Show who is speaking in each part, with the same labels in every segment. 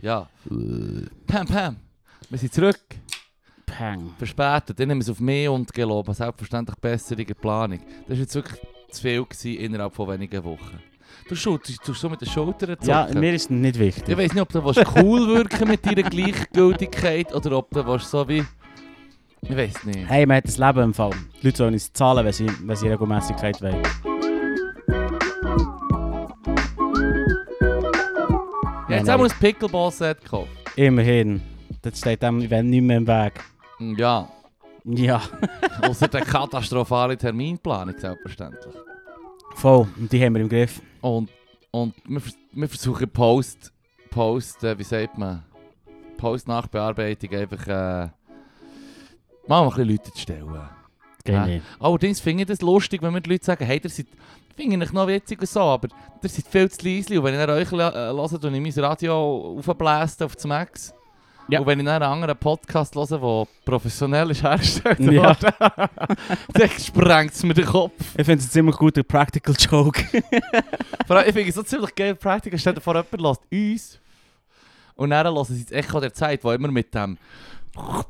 Speaker 1: Ja. Pam, pam. Wir sind zurück.
Speaker 2: Peng.
Speaker 1: Verspätet. Dann haben wir es auf mich und gelobt. Selbstverständlich bessere Planung. Das war jetzt wirklich zu viel gewesen innerhalb von wenigen Wochen. Du schulterst du so mit den Schultern
Speaker 2: Ja,
Speaker 1: zucken.
Speaker 2: mir ist nicht
Speaker 1: Ich
Speaker 2: wichtig.
Speaker 1: weiß nicht, ob du willst cool wirken mit deiner Gleichgültigkeit oder ob du willst so wie. Ich weiß nicht.
Speaker 2: Hey, man hat das Leben im Fall. Die Leute sollen uns zahlen, wenn sie, wenn sie Regelmäßigkeit wollen.
Speaker 1: Ja, jetzt
Speaker 2: nein.
Speaker 1: haben wir ein Pickleball-Set gekauft.
Speaker 2: Immerhin. Das steht dem Event nicht mehr im Weg.
Speaker 1: Ja,
Speaker 2: Ja,
Speaker 1: außer der katastrophale Terminplanung, selbstverständlich.
Speaker 2: voll. Und die haben wir im Griff.
Speaker 1: Und, und wir, vers- wir versuchen Post, Post, äh, wie sagt man, Post-Nachbearbeitung einfach äh, mal ein bisschen Leute zu stellen. Ja.
Speaker 2: Gehen
Speaker 1: Allerdings finde ich das lustig, wenn mir die Leute sagen, hey, ihr seid, finde ich noch witzig und so, aber ihr seid viel zu leise und wenn ich dann euch la- äh, höre, dann ich mein Radio aufbläst auf das Max.
Speaker 2: Ja.
Speaker 1: Und wenn ich dann einen anderen Podcast höre, der professionell ist hergestellt
Speaker 2: Ja.
Speaker 1: worden, dann sprengt es mir den Kopf.
Speaker 2: Ich finde es einen ziemlich guter Practical Joke.
Speaker 1: Vor allem, ich finde es so ziemlich geil, Praktiker steht vor jemand lässt uns und dann hören sie das Echo der Zeit, wo immer mit dem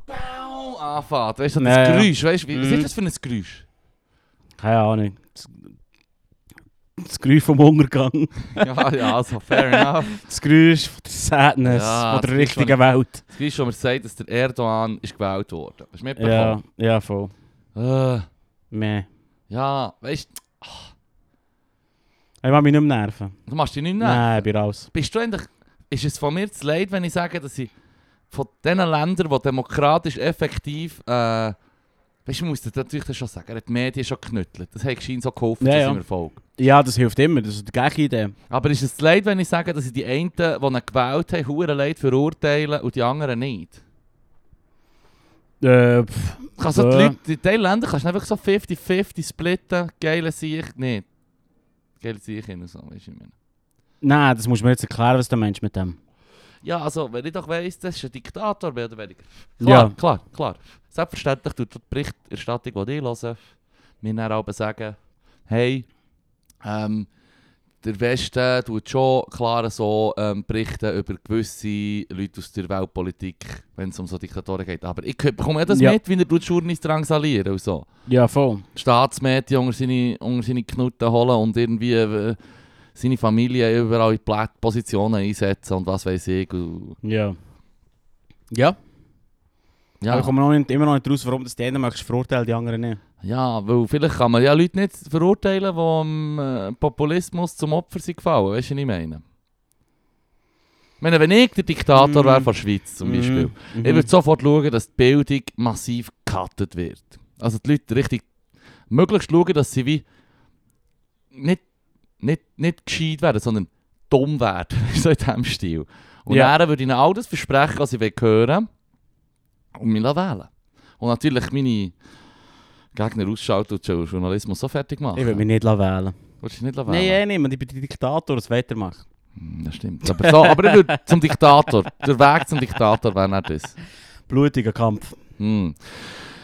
Speaker 1: anfängt. Weißt du, das
Speaker 2: Ja, ja.
Speaker 1: Geräusch, weißt du, wie- was
Speaker 2: Mhm.
Speaker 1: ist das für ein Geräusch?
Speaker 2: Keine Ahnung. Das, das Geräusch vom Hungergang.
Speaker 1: ja, ja, also fair enough.
Speaker 2: Das Geräusch von der Sadness.
Speaker 1: Ja,
Speaker 2: von
Speaker 1: das
Speaker 2: der
Speaker 1: ist
Speaker 2: richtigen Welt.
Speaker 1: Das ist schon mal gesagt, dass der Erdogan ist gewählt worden. Hast du
Speaker 2: Ja,
Speaker 1: mitbekommen?
Speaker 2: ja, voll.
Speaker 1: Ja, äh,
Speaker 2: Meh.
Speaker 1: ja weißt du,
Speaker 2: Ich mag mich nicht mehr nerven.
Speaker 1: du machst dich nicht nerven.
Speaker 2: Nein, ich bin raus.
Speaker 1: Bist du endlich, ist es von mir zu leid, wenn ich sage, dass ich von diesen Ländern, die demokratisch effektiv, äh, weißt du, ich muss dir natürlich das schon sagen, er hat die Medien schon genüttelt. Das hat scheinbar so geholfen
Speaker 2: Ja,
Speaker 1: zu
Speaker 2: ja.
Speaker 1: seinem Erfolg.
Speaker 2: Ja, das hilft immer. Das ist die gleiche Idee.
Speaker 1: Aber ist es zu leid, wenn ich sage, dass ich die einen, die ihn gewählt haben, hure leid verurteilen und die anderen nicht?
Speaker 2: Äh, pff,
Speaker 1: Ich kann so die
Speaker 2: Ja.
Speaker 1: Leute, in diesen Ländern kannst du einfach so 50-50 splitten, geile Sicht, nicht. Geile Sicht hin und so, weißt du, ich meine.
Speaker 2: nein, das musst du mir jetzt erklären, was du meinst mit dem.
Speaker 1: Ja, also, wenn ich doch weiss, das ist ein Diktator, mehr oder weniger. Klar,
Speaker 2: Ja.
Speaker 1: klar, klar. Selbstverständlich tut die Berichterstattung, die ich höre, mir dann aber sagen, hey, ähm, der Westen tut schon klar so ähm, berichten über gewisse Leute aus der Weltpolitik, wenn es um so Diktatoren geht. Aber ich bekomme ja das
Speaker 2: Ja.
Speaker 1: mit, wie er tut Journeys drangsalieren und so.
Speaker 2: Ja, voll.
Speaker 1: Staatsmedien unter seine, unter seine Knuten holen und irgendwie äh, seine Familie überall in Plä- Positionen einsetzen und was weiß ich. Und,
Speaker 2: Ja. Ja.
Speaker 1: ja,
Speaker 2: Aber ich komme noch nicht, immer noch nicht raus, warum das die einen möchtest verurteilen, die anderen nicht.
Speaker 1: ja, weil vielleicht kann man ja Leute nicht verurteilen, die dem äh, Populismus zum Opfer sind gefallen. Weißt du, was ich meine? Ich meine, wenn ich der Diktator
Speaker 2: Mm.
Speaker 1: wäre von der Schweiz zum Beispiel,
Speaker 2: Mhm.
Speaker 1: ich würde sofort schauen, dass die Bildung massiv gecuttet wird. Also die Leute richtig möglichst schauen, dass sie wie nicht, nicht, nicht gescheit werden, sondern dumm werden. so in diesem Stil. Und
Speaker 2: Ja.
Speaker 1: dann würde ich ihnen all das versprechen, was ich will hören und mich wählen. lassen. Und natürlich meine Gegner ausschalten und den Journalismus so fertig machen.
Speaker 2: Ich würde mich nicht wählen.
Speaker 1: Willst du dich nicht wählen?
Speaker 2: Nein, eh nicht. Man, Ich bin der Diktator, das weitermacht.
Speaker 1: Hm, Das stimmt. Aber, so, aber ich würde zum Diktator. Der Weg zum Diktator wäre nicht das.
Speaker 2: Blutiger Kampf.
Speaker 1: Hm.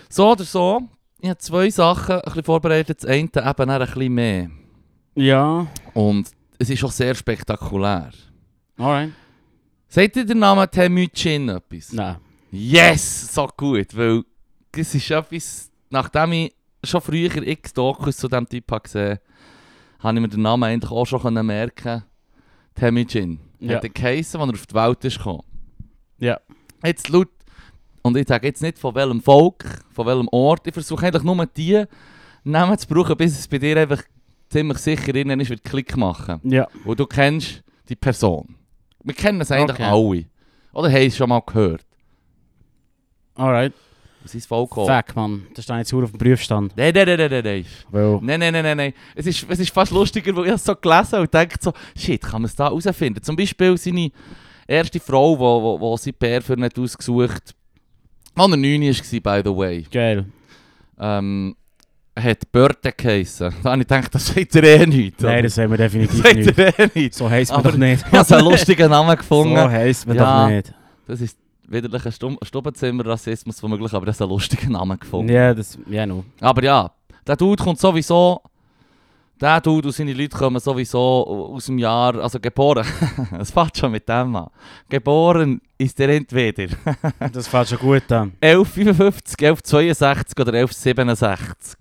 Speaker 1: So oder so, ich habe zwei Sachen ein bisschen vorbereitet. Das eine eben dann ein bisschen mehr.
Speaker 2: Ja.
Speaker 1: Und es ist auch sehr spektakulär.
Speaker 2: Alright.
Speaker 1: Sagt ihr den Namen Temücin etwas?
Speaker 2: Nein.
Speaker 1: Yes! So gut, weil das ist etwas, nachdem ich schon früher x Dokus zu diesem Typ habe gesehen habe, ich mir den Namen eigentlich auch schon können merken Temücin.
Speaker 2: Ja.
Speaker 1: Hat er geheissen, als er auf die Welt ist gekommen.
Speaker 2: Ja.
Speaker 1: Jetzt laut, und ich sage jetzt nicht von welchem Volk, von welchem Ort, ich versuche eigentlich nur die Namen zu brauchen, bis es bei dir einfach ziemlich sicher innen ist, wird Klick machen.
Speaker 2: Ja.
Speaker 1: Und du kennst die Person. Wir kennen es eigentlich
Speaker 2: Okay.
Speaker 1: alle. Oder haben es schon mal gehört.
Speaker 2: Alright.
Speaker 1: Und sein Volk auch.
Speaker 2: Fuck, Mann. Da steht jetzt verdammt auf dem Prüfstand.
Speaker 1: Nein, nein, nein, nein, nein.
Speaker 2: Weil...
Speaker 1: Nein, nein, nein, nein, nein. Es ist, es ist fast lustiger, weil ich es so gelesen und denke so, shit, kann man es da herausfinden? Zum Beispiel seine erste Frau, die wo, wo sie PR für ihn hat ausgesucht Ah, hat, die 9 war, by the way,
Speaker 2: Geil.
Speaker 1: ähm, hat Börte geheissen. Da habe ich gedacht, das sagt ihr eh nicht.
Speaker 2: Nein, das haben wir definitiv
Speaker 1: sagt
Speaker 2: nicht.
Speaker 1: ihr eh nicht.
Speaker 2: So heisst man
Speaker 1: Aber-
Speaker 2: doch nicht.
Speaker 1: Ich habe einen lustigen Namen
Speaker 2: So
Speaker 1: gefunden.
Speaker 2: heisst man
Speaker 1: Ja.
Speaker 2: doch nicht.
Speaker 1: Das ist widerlich ein Stum- Stubenzimmer-Rassismus womöglich, aber das
Speaker 2: nou.
Speaker 1: ist einen lustigen Namen gefunden.
Speaker 2: Ja, das... Ja, no.
Speaker 1: Aber ja, der Dude kommt sowieso Der Dude und seine Leute kommen sowieso aus dem Jahr, also geboren. Es fängt schon mit dem an. Geboren ist er entweder
Speaker 2: Das fällt schon gut an.
Speaker 1: 1155, 1162 oder 1167.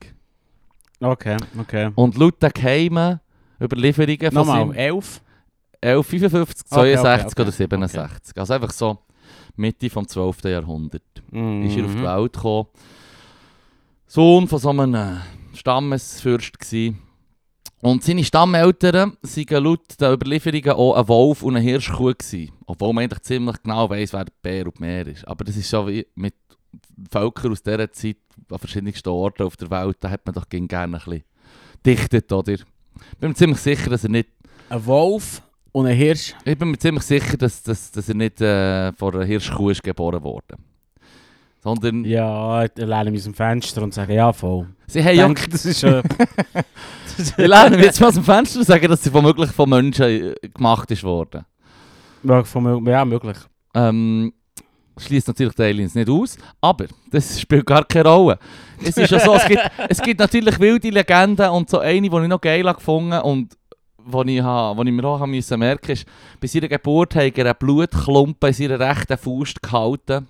Speaker 2: Okay, okay.
Speaker 1: Und laut den geheimen Überlieferungen von
Speaker 2: Nochmal,
Speaker 1: seinem
Speaker 2: 11?
Speaker 1: 1155,
Speaker 2: Okay, okay,
Speaker 1: 62 oder
Speaker 2: okay.
Speaker 1: 67. Also einfach so Mitte vom 12. Jahrhundert.
Speaker 2: Mm.
Speaker 1: ist er auf
Speaker 2: Mhm.
Speaker 1: die Welt gekommen. Sohn von so einem äh, Stammesfürst gsi. Und seine Stammeltern waren laut den Überlieferungen auch ein Wolf und ein Hirschkuh. Gewesen. Obwohl man eigentlich ziemlich genau weiss, wer der Bär und Meer ist. Aber das ist schon wie mit Völkern aus dieser Zeit an verschiedensten Orten auf der Welt, da hat man doch gern gerne ein bisschen dichtet, oder? Ich bin mir ziemlich sicher, dass er nicht
Speaker 2: Ein Wolf und ein Hirsch.
Speaker 1: ich bin mir ziemlich sicher, dass, dass, dass er nicht äh, von einer Hirschkuh ist geboren wurde. Sondern
Speaker 2: Ja, ich lerne mich aus dem Fenster und sage, ja, voll.
Speaker 1: sie haben ja
Speaker 2: das ist schon...
Speaker 1: Wir lernen jetzt mal aus dem Fenster und sagen, dass sie womöglich von Menschen äh, gemacht ist worden.
Speaker 2: Ja, von- ja, möglich.
Speaker 1: Ähm, Schließt natürlich die Aliens nicht aus, aber das spielt gar keine Rolle. Es ist ja so, es gibt, es gibt natürlich wilde Legenden und so eine, die ich noch geil habe gefunden und wo ich, ha, wo ich mir auch haben müssen merken ist, bei ihrer Geburt hat er einen Blutklumpen in seiner rechten Faust gehalten.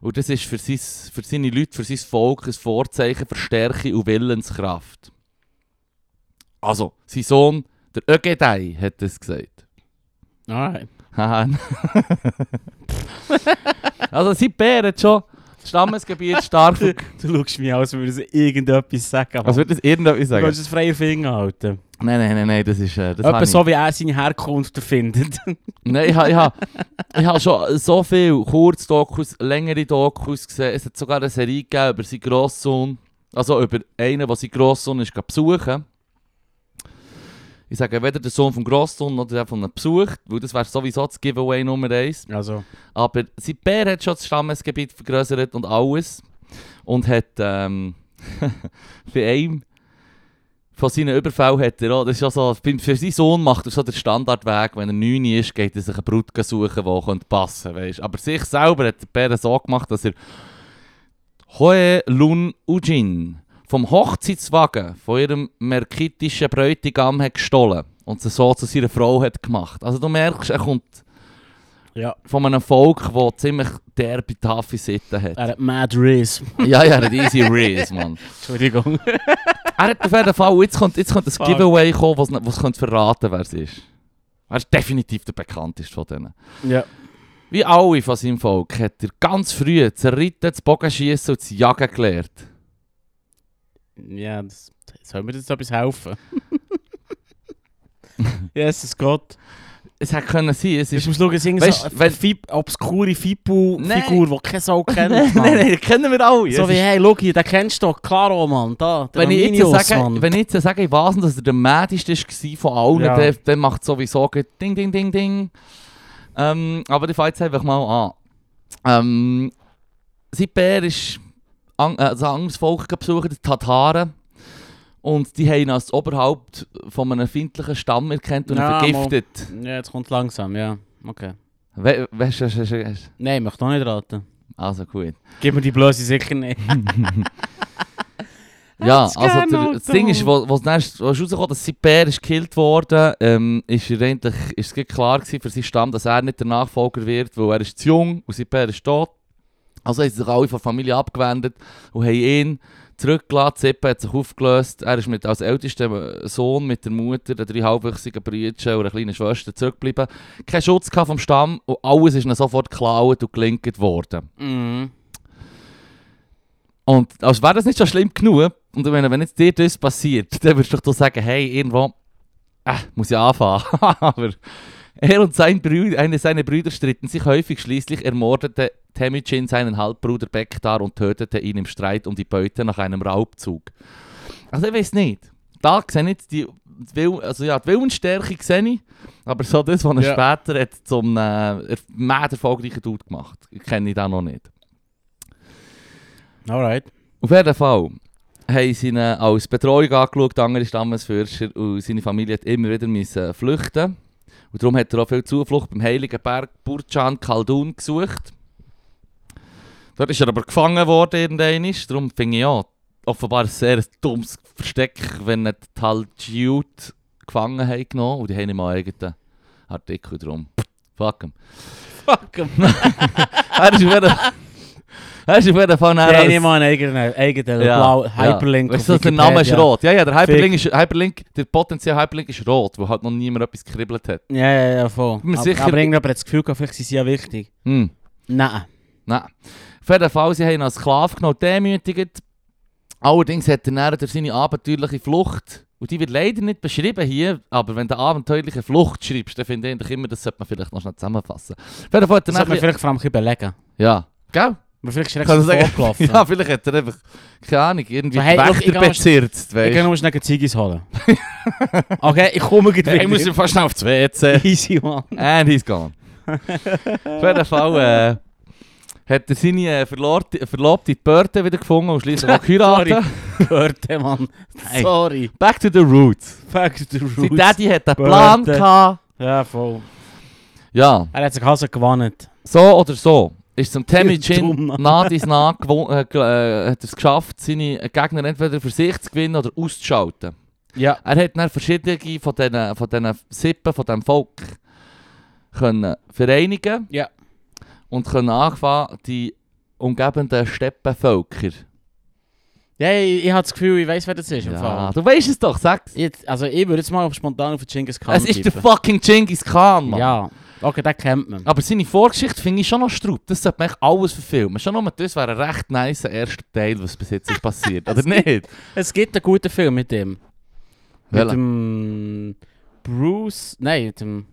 Speaker 1: Und das ist für, sein, für seine Leute, für sein Volk ein Vorzeichen für Stärke und Willenskraft. Also, sein Sohn, der Ögedei, hat das gesagt.
Speaker 2: Alright.
Speaker 1: Haha. also sie bären schon das Stammesgebiet stark. ver-
Speaker 2: Du schaust mich aus, als würde es irgendetwas sagen.
Speaker 1: Was würde das irgendetwas
Speaker 2: Du
Speaker 1: sagen?
Speaker 2: kannst es freie Finger halten.
Speaker 1: Nein, nein, nein, nein, das ist... Äh, das hab
Speaker 2: Etwa
Speaker 1: ich.
Speaker 2: so, wie er seine Herkunft findet.
Speaker 1: Nein, ich habe ich ha, ich ha schon so viel Kurzdokus, längere Dokus gesehen. Es hat sogar eine Serie gegeben über seinen Grosssohn. Also über einen, der seinen Grosssohn ist, gegangen besuchen Ich sage weder der Sohn vom Grosssohn noch der von einem besucht, weil das wäre sowieso das Giveaway Nummer eins.
Speaker 2: Also,
Speaker 1: Aber sein Bär hat schon das Stammesgebiet vergrößert und alles. Und hat ähm, für einen von seinen Überfällen hat er auch, das ist ja so, für für seinen Sohn macht er so den Standardweg, wenn er 9 ist, geht er sich eine Brut suchen, die könnte passen könnte. Aber sich selber hat der Bär so gemacht, dass er Hoe Lun Ujin vom Hochzeitswagen von ihrem merkitischen Bräutigam hat gestohlen und sie so zu seiner Frau hat gemacht. Also du merkst, er kommt
Speaker 2: ja.
Speaker 1: von einem Volk, das ziemlich derbe, taffe Sitten hat.
Speaker 2: Er hat Mad Riz.
Speaker 1: ja, ja, das easy race, Mann.
Speaker 2: Entschuldigung.
Speaker 1: Er hat auf jeden Fall, jetzt kommt, jetzt kommt ein
Speaker 2: Fuck.
Speaker 1: Giveaway kommen, was was könnte verraten, wer es ist. Er ist definitiv der bekannteste von denen.
Speaker 2: ja.
Speaker 1: Wie alle von seinem Volk hat er ganz früh das Reiten, das Bogenschießen und das Jagen gelernt.
Speaker 2: Ja, das, soll mir das etwas helfen? Jesus Gott.
Speaker 1: Es hätte können sein, es
Speaker 2: Ich
Speaker 1: ist...
Speaker 2: muss schauen, es
Speaker 1: Weißt,
Speaker 2: ist
Speaker 1: wenn-
Speaker 2: eine Fib obskure
Speaker 1: Nein.
Speaker 2: Fibu-Figur, die keine Sau kennt.
Speaker 1: nein,
Speaker 2: Mann.
Speaker 1: nein, das kennen wir alle.
Speaker 2: So
Speaker 1: Es
Speaker 2: wie,
Speaker 1: ist-
Speaker 2: hey, schau hier, den kennst du doch, Claro, Mann, da, der
Speaker 1: wenn ich,
Speaker 2: Minios,
Speaker 1: jetzt sage,
Speaker 2: Mann.
Speaker 1: wenn ich jetzt sage, ich weiß nicht, dass er der mädigste war von allen,
Speaker 2: Ja.
Speaker 1: dann, dann macht es sowieso gleich Ding, Ding, Ding, Ding. Ähm, aber ich fange jetzt einfach mal an. Ähm, sein Bär ist an, äh, ein anderes Volk besucht, die Tataren. Und die haben ihn als Oberhaupt von einem feindlichen Stamm erkannt und ihn
Speaker 2: Ja,
Speaker 1: vergiftet.
Speaker 2: Ja, jetzt kommt langsam, ja. Okay.
Speaker 1: We weißt du, weißt du, weißt
Speaker 2: Nein, ich möchte noch nicht raten.
Speaker 1: du- also gut.
Speaker 2: Gib mir die Blöße sicher nicht.
Speaker 1: Ja,
Speaker 2: Das
Speaker 1: also
Speaker 2: gerne
Speaker 1: der,
Speaker 2: auch
Speaker 1: das Ding ist,
Speaker 2: so.
Speaker 1: wo, wo es dann ist- wo es rausgekommen ist, dass sein Bär ist gekillt worden, ähm, ist er eigentlich, ist es gleich klar gewesen für seinen Stamm, dass er nicht der Nachfolger wird, weil er ist zu jung und sein Bär ist tot. Also haben sie sich alle von der Familie abgewendet und haben ihn zurückgelassen. Die Sippe hat sich aufgelöst. Er ist mit, als ältester Sohn mit der Mutter, den drei halbwüchsigen Brüdern und einer kleinen Schwester zurückgeblieben. Kein Schutz gehabt vom Stamm und alles ist ihm sofort geklaut und gelinkt worden.
Speaker 2: mhm.
Speaker 1: Und als wäre das nicht schon schlimm genug, und ich meine, wenn jetzt dir das passiert, dann würdest du doch sagen, hey, irgendwo, äh, muss ich anfangen. Aber er und sein Brü eine seiner Brüder stritten sich häufig, schließlich ermordete Temüjin seinen Halbbruder Bektar und tötete ihn im Streit um die Beute nach einem Raubzug. Also ich weiß nicht. Da sehe ich die, die, Will also ja, die Willensstärke, sehe ich, aber so das, was er
Speaker 2: Ja.
Speaker 1: später hat zum äh, er- mehr erfolgreichen Dude gemacht, kenne ich da noch nicht.
Speaker 2: Alright.
Speaker 1: Auf jeden Fall haben sie ihn als Betreuung angeschaut, andere Stammesfürster, und seine Familie hat immer wieder müssen flüchten. Und darum hat er auch viel Zuflucht beim heiligen Berg Burchan Khaldun gesucht. Dort ist er aber gefangen worden irgendwann, darum finde ich ja, offenbar ein sehr dummes Versteck, wenn nicht die halt Jude gefangen haben genommen und die haben nicht mal einen eigenen Artikel drum. Fuck 'em.
Speaker 2: Fuck em.
Speaker 1: Er ist auf jeden Fall... Er ist auf jeden Fall
Speaker 2: Ja,
Speaker 1: näher
Speaker 2: nee, man, eigene, eigene blau Hyperlink.
Speaker 1: Ja. Weißt
Speaker 2: op
Speaker 1: du, der Name ist
Speaker 2: Wikipedia.
Speaker 1: rot. Ja, ja, der Hyperlink ist, Hyperlink, der potenzielle Hyperlink ist rot, wo halt noch niemand etwas gekribbelt hat.
Speaker 2: Ja, ja, ja, voll.
Speaker 1: Bin mir
Speaker 2: Aber,
Speaker 1: sicher-
Speaker 2: aber irgendjemand hat das Gefühl gehabt, vielleicht sind sie ja wichtig.
Speaker 1: Hm.
Speaker 2: Nein.
Speaker 1: Nein. Auf jeden Fall, sie haben ihn als Sklave genommen, demütigt. Allerdings hat er dann durch seine abenteuerliche Flucht, und die wird leider nicht beschrieben hier, aber wenn du abenteuerliche Flucht schreibst, dann finde ich eigentlich immer, das sollte man vielleicht noch schnell zusammenfassen. Auf jeden Fall hat er
Speaker 2: Das sollte man
Speaker 1: dann...
Speaker 2: vielleicht vor allem ein bisschen überlegen.
Speaker 1: Ja. Gell?
Speaker 2: Aber vielleicht ist er
Speaker 1: Kann
Speaker 2: extra
Speaker 1: ich sagen-
Speaker 2: vorgelaufen.
Speaker 1: Ja, vielleicht hat er einfach, keine Ahnung, irgendwie
Speaker 2: Maar hey,
Speaker 1: die
Speaker 2: look, ich
Speaker 1: Wächter
Speaker 2: kann mal-
Speaker 1: bezirzt,
Speaker 2: Ich
Speaker 1: weißt
Speaker 2: kann nur schnell die Ziggis holen. okay, ich komme gleich
Speaker 1: du. Ich muss
Speaker 2: wieder.
Speaker 1: ja fast noch aufs WC.
Speaker 2: Easy, man.
Speaker 1: And he's gone. Auf jeden Fall äh, hat er seine äh, verlorte, verlobte Börte wieder gefunden und schliesslich auch geheiratet.
Speaker 2: Gehört, der Mann.
Speaker 1: Hey.
Speaker 2: Sorry.
Speaker 1: Back to the roots.
Speaker 2: Back to the
Speaker 1: Sein
Speaker 2: roots.
Speaker 1: Daddy hat einen Plan
Speaker 2: Börte.
Speaker 1: gehabt.
Speaker 2: Ja, voll.
Speaker 1: Ja,
Speaker 2: Er hat sich also gewonnen.
Speaker 1: so oder so. Ist zum Temujin
Speaker 2: Dumm.
Speaker 1: Nadis nah gewo- äh, ge- äh, hat er es geschafft, seine Gegner entweder für sich zu gewinnen oder auszuschalten.
Speaker 2: Ja.
Speaker 1: Er hat dann verschiedene von diesen, von diesen Sippen, von diesem Volk können vereinigen
Speaker 2: Ja.
Speaker 1: und können anfangen, die umgebenden Steppenvölker.
Speaker 2: Ja, ich, ich habe das Gefühl, ich weiß, wer das ist. Im
Speaker 1: Ja,
Speaker 2: Fall.
Speaker 1: du weißt es doch, sag's.
Speaker 2: Jetzt, also ich würde jetzt mal auf spontan auf den Genghis Khan
Speaker 1: Es ist der
Speaker 2: tippen.
Speaker 1: fucking Genghis Khan, Mann.
Speaker 2: Ja. Okay, den kennt man.
Speaker 1: Aber seine Vorgeschichte finde ich schon noch straub. Das sollte man echt alles verfilmen. Schon nur das wäre ein recht nice erster Teil, was bis jetzt ist passiert. Oder nicht?
Speaker 2: Es gibt einen guten Film mit dem.
Speaker 1: Welcher?
Speaker 2: Mit dem Bruce. Nein, mit dem.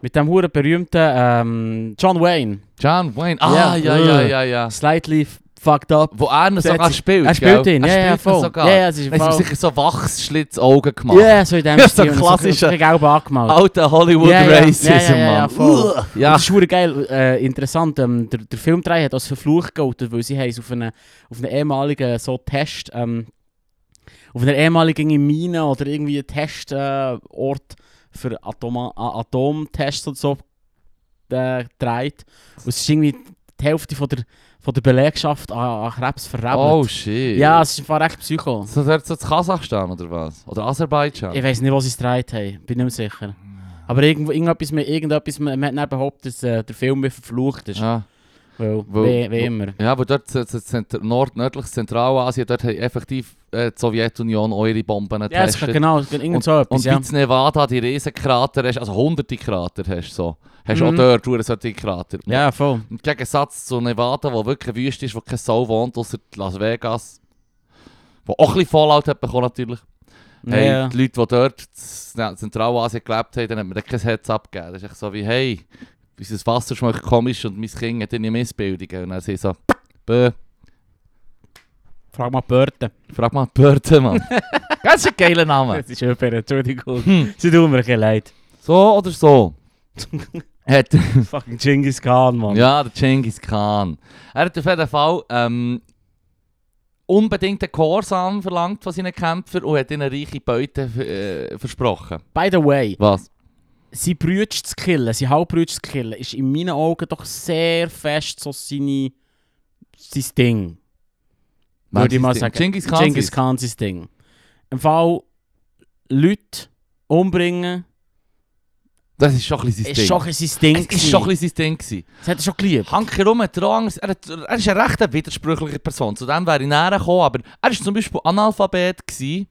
Speaker 2: Mit dem hure berühmten ähm, John Wayne.
Speaker 1: John Wayne. Ah, ja,
Speaker 2: Ja.
Speaker 1: ja, ja, ja.
Speaker 2: Slightly f- fucked up.
Speaker 1: Wo er noch
Speaker 2: Der hat
Speaker 1: sogar
Speaker 2: sich-
Speaker 1: spielt,
Speaker 2: Er spielt
Speaker 1: gell?
Speaker 2: ihn,
Speaker 1: Er
Speaker 2: ja,
Speaker 1: spielt ihn
Speaker 2: ja, voll.
Speaker 1: sogar.
Speaker 2: Ja, ja, es ist
Speaker 1: Dann haben sie
Speaker 2: voll.
Speaker 1: sicher so Wachsschlitz-Augen gemacht.
Speaker 2: Ja, so in dem
Speaker 1: Ja,
Speaker 2: Stil.
Speaker 1: so klassischer-
Speaker 2: So gelb angemalt.
Speaker 1: Alter Hollywood
Speaker 2: Ja, ja, ja, ja,
Speaker 1: Racism,
Speaker 2: ja,
Speaker 1: Mann.
Speaker 2: voll.
Speaker 1: Uah.
Speaker 2: Ja.
Speaker 1: Oh, Ja,
Speaker 2: Das ist hure geil, äh, interessant. Ähm, der, der Film 3 hat als verflucht geoutet, weil sie haben es auf einen auf einen ehemaligen so Test, ähm, auf einer ehemaligen Mine oder irgendwie einen Testort äh, Ort für Atoma, A- Atomtests und so äh, gedreht. Und es ist irgendwie die Hälfte von der, von der Belegschaft ah, an, an Krebs verrebelt.
Speaker 1: oh shit.
Speaker 2: ja, es ist im Fall echt psycho.
Speaker 1: So, dort so zu Kasachstan oder was? Oder Aserbaidschan?
Speaker 2: Ich weiß nicht, was sie gedreht haben, bin nicht mehr sicher. Aber irgendwo, irgendetwas, mit- irgendetwas, man man hat dann behauptet, dass äh, der Film dus verflucht ist.
Speaker 1: Ja.
Speaker 2: Weil,
Speaker 1: Weil-
Speaker 2: wie, wie
Speaker 1: weil-
Speaker 2: immer.
Speaker 1: Ja, aber dort, so- so Zent- Nord, nördliches Zentralasien, dort haben effektiv äh, die Sowjetunion eure Bomben
Speaker 2: Ja, es kann,
Speaker 1: getestet.
Speaker 2: genau, es kann irgend so etwas,
Speaker 1: Und
Speaker 2: ja.
Speaker 1: wie in Nevada die Riesenkrater hast, also hunderte Krater hast so. Hast du
Speaker 2: Mhm.
Speaker 1: auch dort durch solche Krater.
Speaker 2: Ja, voll.
Speaker 1: Im Gegensatz zu Nevada, wo wirklich eine Wüste ist, wo kein Sau wohnt, außer Las Vegas. Wo auch ein bisschen Fallout hat bekommen natürlich. Hey,
Speaker 2: Ja,
Speaker 1: die Leute, die dort z- in Zentralasien gelebt haben, dann hat man denen kein Herz abgegeben. Das ist echt so wie, hey, unser Wasser schmeckt komisch und mein Kind hat eine Missbildung. Und dann sind so, bö,
Speaker 2: Frag mal Börte.
Speaker 1: frag mal Börte, Mann. Ganz ein geiler Name.
Speaker 2: Das ist jemand, Entschuldigung.
Speaker 1: Hm.
Speaker 2: Sie tun mir ein bisschen leid.
Speaker 1: So oder so. hat,
Speaker 2: Fucking Genghis Khan, Mann.
Speaker 1: ja, der Genghis Khan. Er hat auf jeden Fall ähm, unbedingt den Gehorsam verlangt von seinen Kämpfern und hat ihnen reiche Beute äh, versprochen.
Speaker 2: By the way,
Speaker 1: Was?
Speaker 2: sein Brüder zu killen, sein Halbbrüder zu killen, ist in meinen Augen doch sehr fest so seine, sein Ding. Würde ich mal sagen.
Speaker 1: Genghis Khan.
Speaker 2: Genghis Khan sein Ding. Im Fall Leute umbringen
Speaker 1: Das ist schon ein bisschen sein
Speaker 2: ist
Speaker 1: Ding.
Speaker 2: schon ein bisschen sein Ding.
Speaker 1: Es war
Speaker 2: gewesen.
Speaker 1: schon ein bisschen sein Ding. Gewesen.
Speaker 2: Das hat er schon geliebt.
Speaker 1: Hank herum hat er auch Angst. Er, hat, er ist eine recht widersprüchliche Person. Zu dem wäre ich näher gekommen. Aber er war zum Beispiel Analphabet, gewesen,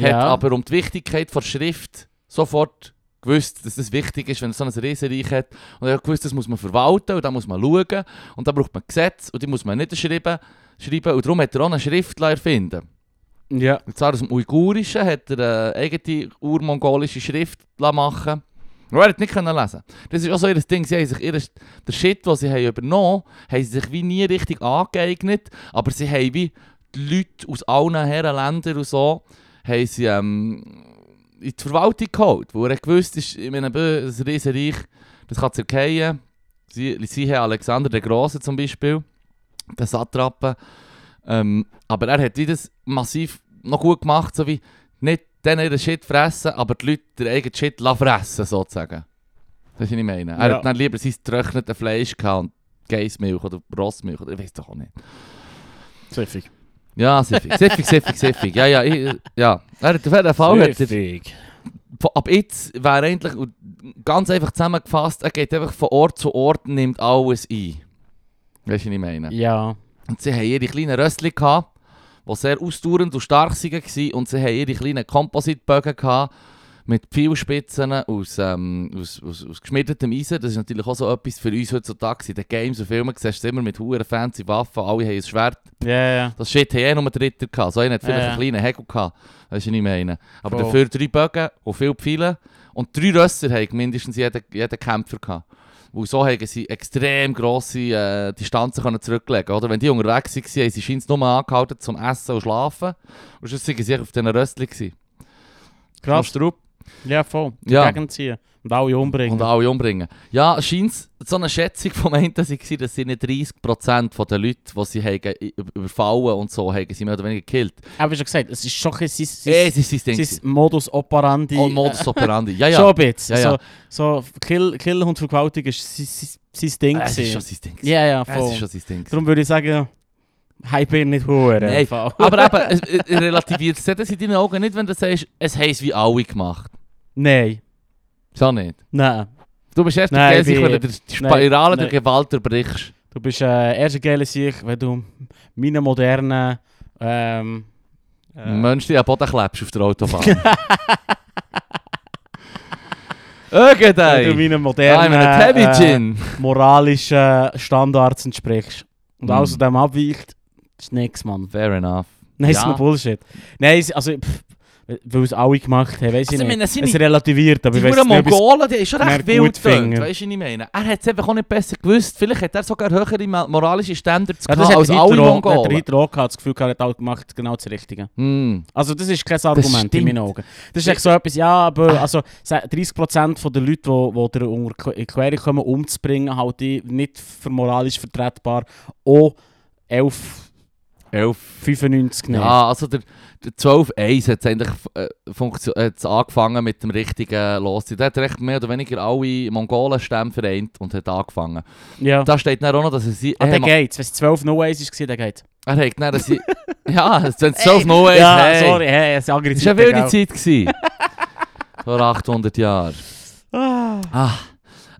Speaker 1: hat aber um die Wichtigkeit der Schrift sofort gewusst, dass das wichtig ist, wenn er so ein Riesenreich hat. Und er hat gewusst, das muss man verwalten und da muss man schauen. Und da braucht man Gesetze und die muss man nicht schreiben. schreiben. Und darum hat er auch eine Schrift erfinden lassen.
Speaker 2: ja.
Speaker 1: Und zwar aus dem Uigurischen hat er eine eigene urmongolische Schrift lassen machen Und er hat nicht können lesen. Das ist auch so ihr Ding. Sie haben sich ihre, der Shit, den sie haben übernommen haben, sie sich wie nie richtig angeeignet. Aber sie haben wie die Leute aus allen Herrenländern und so, haben sie ähm, in die Verwaltung geholt. Weil er gewusst ist, in einem Riesenreich, das kann zerkehren. Sie, sie haben Alexander der Große zum Beispiel, den Satrapen. Ähm, aber er hat wie das massiv noch gut gemacht, so wie nicht denen ihren Shit fressen, aber die Leute den eigenen Shit lassen fressen, sozusagen. Das ist was ich meine. Er
Speaker 2: Ja.
Speaker 1: hat dann lieber sein getrocknetes Fleisch gehabt und Geissmilch oder Rossmilch oder ich weiß doch auch nicht.
Speaker 2: Pfiffig.
Speaker 1: Ja, siffig, siffig, siffig, siffig. Ja, ja, ich, ja. Er hat auf jeden Fall hat er,
Speaker 3: Richtig.
Speaker 1: Von- ab jetzt wäre eigentlich und ganz einfach zusammengefasst, er geht einfach von Ort zu Ort und nimmt alles ein. Weißt du, was ich meine?
Speaker 2: Ja.
Speaker 1: Und sie haben ihre kleinen Röstchen gehabt, die sehr ausdauernd und stark waren. Und sie haben ihre kleinen Kompositbögen gehabt, mit Pfeilspitzen aus, ähm, aus, aus, aus geschmiedetem Eisen. Das ist natürlich auch so etwas für uns heutzutage. In den Games und Filmen siehst du immer mit hohen fancy Waffen, alle haben ein Schwert.
Speaker 2: Ja, ja.
Speaker 1: Das Shit haben eh nur Dritter gehabt. So einer hat vielleicht
Speaker 2: Ja, ja.
Speaker 1: einen kleinen Hegel gehabt. Weißt du, was ich meine? Aber
Speaker 2: Voll.
Speaker 1: dafür drei Bögen und viele Pfeile. Und drei Rösser haben mindestens jeden, jeden Kämpfer gehabt. Weil so haben sie extrem grosse äh, Distanzen können zurücklegen oder? Wenn die unterwegs waren, haben sie scheinbar nur angehalten zum Essen und Schlafen. Und sonst waren sie auf diesen Rösschen. gewesen.
Speaker 2: Krass.
Speaker 1: Kommst du drauf?
Speaker 2: Ja, voll.
Speaker 1: Ja.
Speaker 2: Gegenziehen. Und alle umbringen.
Speaker 1: Und alle umbringen. Ja, scheint so eine Schätzung vom einen war, dass sie nicht 30% der Leute, die sie haben, überfallen und so, haben sie mehr oder weniger gekillt.
Speaker 2: Aber ich schon gesagt, es ist schon ein bisschen sein,
Speaker 1: Eh, es ist sein Ding.
Speaker 2: sein Modus operandi.
Speaker 1: Oh, Modus operandi. Ja, ja.
Speaker 2: Schon ein bisschen.
Speaker 1: Ja, ja.
Speaker 2: So, so Kill, Killen und Vergewaltigung ist sein, sein, sein Ding.
Speaker 1: es ist
Speaker 2: gewesen.
Speaker 1: schon sein Ding. gewesen.
Speaker 2: Ja, ja,
Speaker 1: es
Speaker 2: voll.
Speaker 1: ist schon sein Ding. gewesen.
Speaker 2: Darum würde ich sagen, hype ihn nicht höher.
Speaker 1: Nein. Aber eben, es, es es relativiert es das in deinen Augen nicht, wenn du sagst, es heisst wie alle gemacht.
Speaker 2: Nein.
Speaker 1: So nicht.
Speaker 2: Nein.
Speaker 1: Du bist erst
Speaker 2: Nein,
Speaker 1: der Käse,
Speaker 2: ich bin-
Speaker 1: wenn du die Spirale der
Speaker 2: nein.
Speaker 1: Gewalt erbrichst.
Speaker 2: Du bist äh, erst ein geiler Sieg, wenn du meine modernen. Ähm, äh,
Speaker 1: Ein Mensch, der am Boden klebst auf der Autobahn. Irgendein.
Speaker 2: Wenn du meinen
Speaker 1: I'm
Speaker 2: modernen
Speaker 1: a heavy
Speaker 2: äh,
Speaker 1: gin.
Speaker 2: moralischen Standards entsprichst und
Speaker 1: Mm.
Speaker 2: alles aus dem abweicht, ist nix, Mann.
Speaker 1: Fair enough.
Speaker 2: Nein, ist
Speaker 1: Ja.
Speaker 2: nur Bullshit. Nein, es- also, pff, weil es alle gemacht haben, weiß ich
Speaker 1: Also, ich
Speaker 2: nicht.
Speaker 1: meine, es sind
Speaker 2: es
Speaker 1: nicht-
Speaker 2: relativiert,
Speaker 1: Die
Speaker 2: aber ich weiß
Speaker 1: Huren
Speaker 2: nicht, ob
Speaker 1: Mongolen, die ist schon
Speaker 2: mehr
Speaker 1: recht
Speaker 2: gut
Speaker 1: wild getönt,
Speaker 2: finden.
Speaker 1: weißt du, was ich meine? Er hat es einfach auch nicht besser gewusst. Vielleicht hat er sogar höhere ma- moralische Standards
Speaker 2: ja, das
Speaker 1: gehabt
Speaker 2: hat
Speaker 1: als
Speaker 2: Hitler
Speaker 1: alle
Speaker 2: auch- hat der
Speaker 1: Mongolen.
Speaker 2: Hitler auch gehabt, das Gefühl, gehabt, er hat alles gemacht, genau das Richtige.
Speaker 1: Hm.
Speaker 2: Also das ist kein Argument in
Speaker 1: stimmt.
Speaker 2: meinen Augen. Das ist echt so etwas, ja, aber also se- 30% von den Leuten, die, die dir unter in Quere kommen, umzubringen, halt die nicht für moralisch vertretbar. Auch 11,95
Speaker 1: Elf.
Speaker 2: nicht.
Speaker 1: Ja, also der, der 12.1 hat eigentlich äh, funktio- hat's angefangen mit dem richtigen Los. Der hat recht mehr oder weniger alle Mongolenstämme vereint und hat angefangen.
Speaker 2: ja.
Speaker 1: Da steht dann auch noch, dass er sie...
Speaker 2: Ah,
Speaker 1: er,
Speaker 2: dann geht's. Wenn es 12,01 war, dann geht's.
Speaker 1: er hat dann sie... ja, es sind 12 no hey.
Speaker 2: ja,
Speaker 1: hey.
Speaker 2: sorry, hey, es ist eine andere
Speaker 1: Das war
Speaker 2: Zeit.
Speaker 1: eine wilde
Speaker 2: gell?
Speaker 1: Zeit. gewesen. Vor 800 Jahren.
Speaker 2: Ah.
Speaker 1: Ah.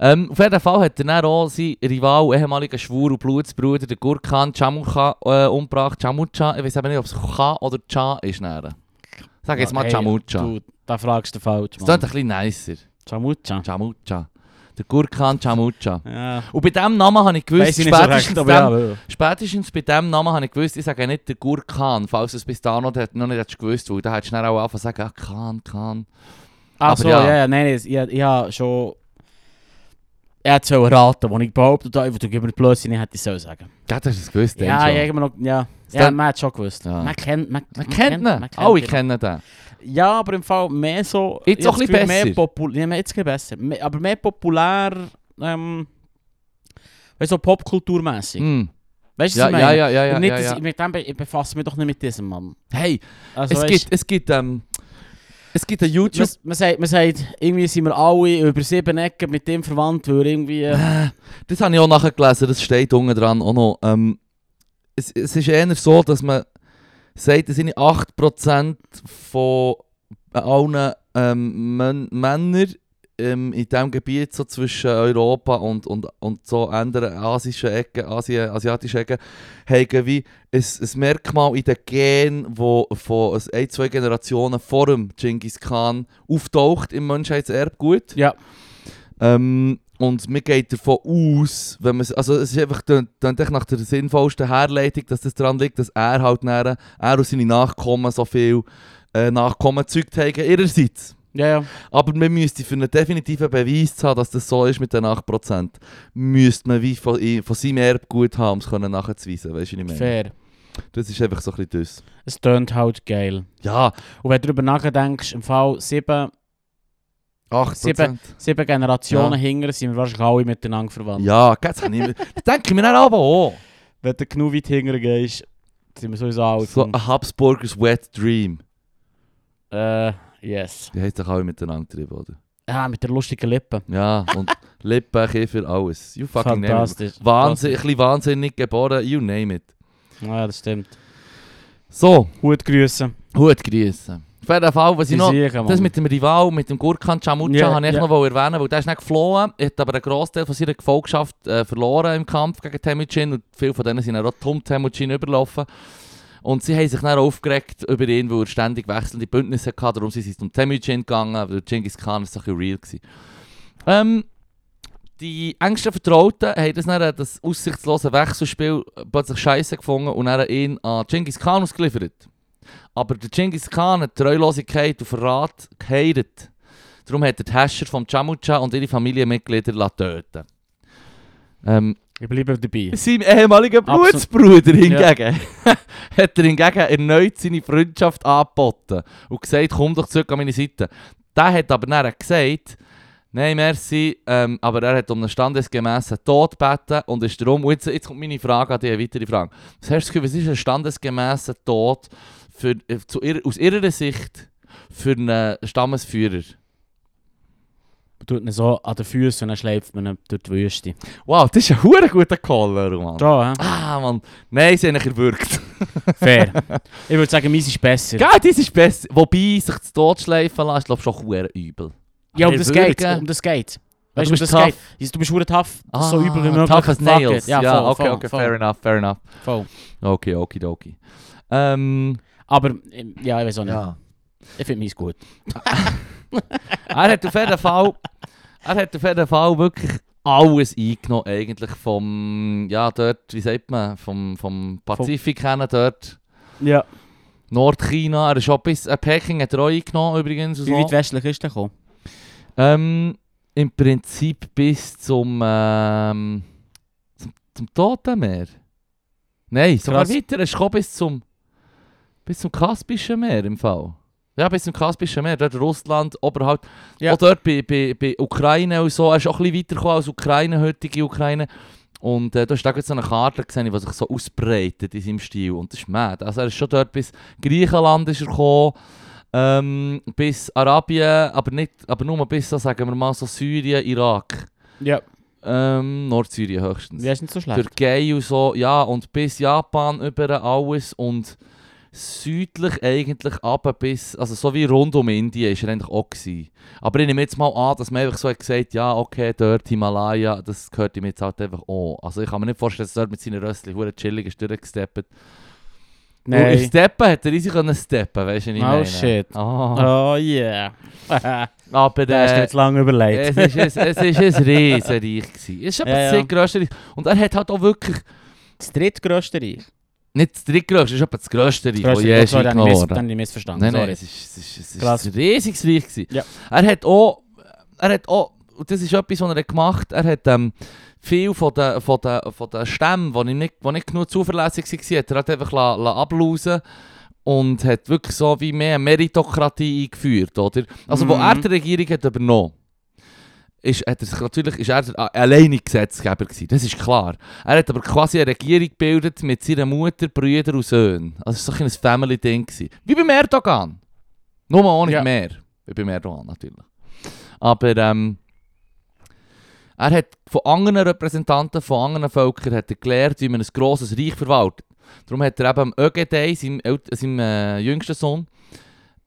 Speaker 1: Ähm, auf jeden Fall hat er dann auch seinen Rival, ehemaligen Schwur- und Blutsbruder, den Gurkhan Chamucha, äh, umgebracht. Chamucha, ich weiß aber nicht, ob es Kha oder Cha ist. Dann. Sag jetzt mal
Speaker 2: Hey,
Speaker 1: Chamucha.
Speaker 2: Du, da fragst du falsch,
Speaker 1: Das klingt
Speaker 2: Mann.
Speaker 1: ein bisschen nicer.
Speaker 2: Chamucha.
Speaker 1: Chamucha. Der Gurkhan Chamucha.
Speaker 2: Ja.
Speaker 1: Und bei diesem Namen habe ich gewusst,
Speaker 2: Weiss ich nicht so recht, aber
Speaker 1: dem,
Speaker 2: ja.
Speaker 1: spätestens bei diesem Namen habe ich gewusst, ich sage nicht der Gurkhan, falls du es bis da noch, noch nicht hättest gewusst, weil da hättest du dann auch anfangen zu sagen, ah, Khan, Khan.
Speaker 2: Ach
Speaker 1: Aber
Speaker 2: so,
Speaker 1: ja.
Speaker 2: ja, ja, nein, nein, ich, ich habe schon... Er hat so raten, wo ich behauptet habe, du gibst mir Blödsinn, ich hätte es so sagen.
Speaker 1: Ja, das hast du gewusst, dann
Speaker 2: Ja,
Speaker 1: schon.
Speaker 2: ja, ich habe noch... Ja, ja
Speaker 1: dann-
Speaker 2: man hat schon gewusst.
Speaker 1: Ja.
Speaker 2: Man kennt... Man,
Speaker 1: Man kennt ihn.
Speaker 2: man
Speaker 1: Alle
Speaker 2: ihn.
Speaker 1: kennen den.
Speaker 2: Ja, aber im Fall mehr so...
Speaker 1: Jetzt
Speaker 2: ich hab
Speaker 1: auch
Speaker 2: das
Speaker 1: ein bisschen
Speaker 2: Gefühl, Mehr
Speaker 1: besser.
Speaker 2: popul ja, mehr- jetzt ein bisschen besser. Mehr, aber mehr populär... Ähm, weißt du, so popkulturmässig.
Speaker 1: Hm.
Speaker 2: Weißt du,
Speaker 1: Ja,
Speaker 2: was ich
Speaker 1: ja,
Speaker 2: meine?
Speaker 1: ja, ja, ja,
Speaker 2: nicht,
Speaker 1: ja,
Speaker 2: dass
Speaker 1: ja.
Speaker 2: Ich, mit dem, be- ich befasse mich doch nicht mit diesem Mann.
Speaker 1: Hey,
Speaker 2: Also,
Speaker 1: es,
Speaker 2: weißt,
Speaker 1: gibt, es gibt, ähm, es gibt einen
Speaker 2: Man,
Speaker 1: YouTube...
Speaker 2: man, sagt, man sagt, irgendwie sind wir alle über sieben Ecken mit dem verwandt, weil er irgendwie... äh,
Speaker 1: Das habe ich auch nachher gelesen, das steht unten dran auch noch. Ähm, es, es ist eher so, dass man sagt, es sind 8% von allen ähm, Män Männern ähm, in diesem Gebiet so zwischen Europa und, und, und so anderen asischen Ecken, Asien, asiatischen Ecken, haben wie ein, ein Merkmal in den Genen, wo von ein, zwei Generationen vor dem Genghis Khan auftaucht im Menschheitserbgut.
Speaker 2: Ja.
Speaker 1: Ähm, und mir geht davon aus, wenn man also es ist einfach tönt- tönt echt nach der sinnvollsten Herleitung, dass das daran liegt, dass er halt näher, er und seine Nachkommen so viel äh, Nachkommen gezeugt haben ihrerseits.
Speaker 2: Ja, ja.
Speaker 1: Aber man müsste für einen definitiven Beweis zu haben, dass das so ist mit den 8%, müsste man wie von, i- von seinem Erbgut haben, um es können nachzuweisen. Weißt du, was ich meine?
Speaker 2: Fair.
Speaker 1: Das ist einfach so ein bisschen das.
Speaker 2: Es tönt halt geil.
Speaker 1: Ja,
Speaker 2: Und wenn du darüber nachdenkst, im Fall sieben,
Speaker 1: 8%.
Speaker 2: Sieben. sieben Generationen
Speaker 1: Ja.
Speaker 2: hinger sind wir wahrscheinlich alle miteinander verwandt.
Speaker 1: Ja, jetzt habe ich mir- das denke ich mir dann aber auch.
Speaker 2: Wenn du genug weit hinger gehst, sind wir sowieso alle
Speaker 1: So
Speaker 2: verwandt.
Speaker 1: ein Habsburgers Wet Dream.
Speaker 2: Äh, yes.
Speaker 1: Die haben sich alle miteinander getrieben, oder?
Speaker 2: Ah, mit der lustigen Lippe.
Speaker 1: Ja, und Lippen, Kiefer, alles. You fucking name it.
Speaker 2: Fantastisch.
Speaker 1: Wahnsinn, ein bisschen wahnsinnig geboren, you name it.
Speaker 2: Ja, das stimmt.
Speaker 1: So,
Speaker 2: Gut grüßen.
Speaker 1: gut grüßen. Auf jeden Fall, was ich noch... Das mit dem Rival, mit dem Gurkhan Chamucha,
Speaker 2: Ja,
Speaker 1: habe ich
Speaker 2: ja.
Speaker 1: noch wollen erwähnen, weil der ist nicht geflohen, hat aber einen Großteil von seiner Gefolgschaft äh, verloren im Kampf gegen Temujin und viele von denen sind dann auch um Temujin überlaufen. Und sie haben sich dann aufgeregt über ihn, weil er ständig wechselnde Bündnisse hatte, darum sind sie zum Temujin gegangen, aber der Genghis Khan war so ein bisschen real. Gewesen. Ähm, die engsten Vertrauten haben das, dann, äh, das aussichtslose Wechselspiel äh, plötzlich scheiße gefunden und dann ihn an Genghis Khan ausgeliefert. Aber der Genghis Khan hat Treulosigkeit und Verrat geheiratet. Darum hat er die Herrscher von Chamucha und ihre Familienmitglieder lassen töten ähm,
Speaker 2: Ich bleibe dabei.
Speaker 1: Sein ehemaliger
Speaker 2: Absolut.
Speaker 1: Blutsbruder hingegen hat er hingegen erneut seine Freundschaft angeboten und gesagt, komm doch zurück an meine Seite. Der hat aber dann gesagt, nein, merci, ähm, aber er hat um einen standesgemäßen Tod gebeten und ist darum, und jetzt, jetzt kommt meine Frage an dich, eine weitere Frage. Was hast du das Gefühl, was ist ein standesgemäßer Tod für, äh, zu ihrer, aus ihrer Sicht für einen Stammesführer?
Speaker 2: Man tut ihn so an den Füßen und dann schleift man ihn durch die Wüste.
Speaker 1: Wow, das ist ein hure guter Caller, Mann.
Speaker 2: Da, hä?
Speaker 1: Ah, Mann. Nein, sie haben ihn erwürgt.
Speaker 2: Fair. ich würde sagen, meins ist besser.
Speaker 1: Gell, das ist besser. Wobei, sich zu Tod schleifen lassen, ist glaube ich schon hure übel.
Speaker 2: ja, um
Speaker 1: Aber
Speaker 2: das
Speaker 1: erwürgen-
Speaker 2: geht. Um das geht.
Speaker 1: Ja, du
Speaker 2: Weißt du, um
Speaker 1: bist
Speaker 2: das
Speaker 1: tough.
Speaker 2: geht. Du bist verdammt tough. so übel wie möglich.
Speaker 1: Ah, Tough as
Speaker 2: Fuck it.
Speaker 1: nails.
Speaker 2: Ja,
Speaker 1: Ja,
Speaker 2: voll,
Speaker 1: okay,
Speaker 2: voll,
Speaker 1: okay,
Speaker 2: voll.
Speaker 1: fair enough, fair enough.
Speaker 2: Voll.
Speaker 1: Okay, okidoki. Ähm,
Speaker 2: Aber, ähm, ja, ich weiß auch nicht.
Speaker 1: ja.
Speaker 2: Ich finde meins gut.
Speaker 1: er hat auf jeden Fall, er hat auf jeden Fall wirklich alles eingenommen eigentlich vom, ja dort, wie sagt man, vom, vom Pazifik her dort.
Speaker 2: Ja.
Speaker 1: Nordchina, er ist schon bis, äh, Peking hat er auch eingenommen übrigens. und
Speaker 2: Wie
Speaker 1: so.
Speaker 2: weit westlich ist der gekommen?
Speaker 1: Ähm, Im Prinzip bis zum, ähm, zum, zum Toten Meer. Nein, sogar
Speaker 2: Krass.
Speaker 1: weiter. Es ist gekommen bis zum, bis zum Kaspischen Meer im Fall. Ja, bis zum Kaspischen Meer, dort Russland, oberhalb.
Speaker 2: Ja.
Speaker 1: Auch dort bei, bei, bei Ukraine und so. Er ist auch ein bisschen weitergekommen als Ukraine, heutige Ukraine. Und äh, da ist da gerade so eine Karte gesehen, die sich so ausbreitet in seinem Stil. Und das ist mad. Also er ist schon dort bis Griechenland ist er gekommen, ähm, bis Arabien, aber, nicht, aber nur bis, so, sagen wir mal, so Syrien, Irak.
Speaker 2: Ja.
Speaker 1: Ähm, Nordsyrien höchstens.
Speaker 2: Ja, ist nicht so schlecht.
Speaker 1: Türkei und so, ja, und bis Japan über alles und südlich eigentlich ab bis, also so wie rund um Indien ist er eigentlich auch gewesen. Aber ich nehme jetzt mal an, dass man einfach so hat gesagt, ja, okay, dort Himalaya, das gehört ihm jetzt halt einfach an. Also ich kann mir nicht vorstellen, dass er dort mit seinen Rösschen verdammt chillig ist durchgesteppt. Und im
Speaker 2: Nein.
Speaker 1: Steppen hätte er easy können steppen, weißt du, was ich
Speaker 2: Oh,
Speaker 1: meine?
Speaker 2: shit.
Speaker 1: Ah,
Speaker 2: Oh yeah. da
Speaker 1: aber
Speaker 2: hast du
Speaker 1: äh,
Speaker 2: jetzt lange
Speaker 1: es
Speaker 2: überlegt.
Speaker 1: ist, es, es ist ein Riesenreich gewesen. Es ist aber
Speaker 2: Ja, ja.
Speaker 1: das drittgrösste Reich. Und er hat halt auch wirklich
Speaker 2: Das drittgrösste Reich.
Speaker 1: Nicht das drittgrößte, es ist etwa das grösste Reich, das
Speaker 2: Grösste-
Speaker 1: je ist
Speaker 2: sorry, dann habe
Speaker 1: eingenommen
Speaker 2: ich miss- dann
Speaker 1: worden.
Speaker 2: habe
Speaker 1: Nein,
Speaker 2: ich missverstanden.
Speaker 1: nein,
Speaker 2: sorry.
Speaker 1: es ist, es ist, es ist
Speaker 2: Krass.
Speaker 1: ein riesiges Reich. Gewesen.
Speaker 2: Ja.
Speaker 1: Er hat auch, er hat auch, und das ist etwas, was er gemacht hat, er hat ähm, viel von den, von den, von den Stämmen, die nicht, die nicht genug zuverlässig waren, hat er halt einfach la- la ablausen und hat wirklich so wie mehr Meritokratie eingeführt, oder? Also, wo
Speaker 2: Mhm.
Speaker 1: er die Regierung hat übernommen ist, hat er sich natürlich, ist er der a- alleine Gesetzgeber gewesen, das ist klar. Er hat aber quasi eine Regierung gebildet mit seiner Mutter, Brüdern und Söhnen. Also es war so ein bisschen ein Family-Ding. gewesen. Wie beim Erdogan. Nur mal ohne
Speaker 2: Ja.
Speaker 1: mehr. Wie beim Erdogan natürlich. Aber ähm, er hat von anderen Repräsentanten von anderen Völkern hat er gelernt, wie man ein grosses Reich verwaltet. Darum hat er eben am Ögedei, seinem, ält- seinem äh, jüngsten Sohn,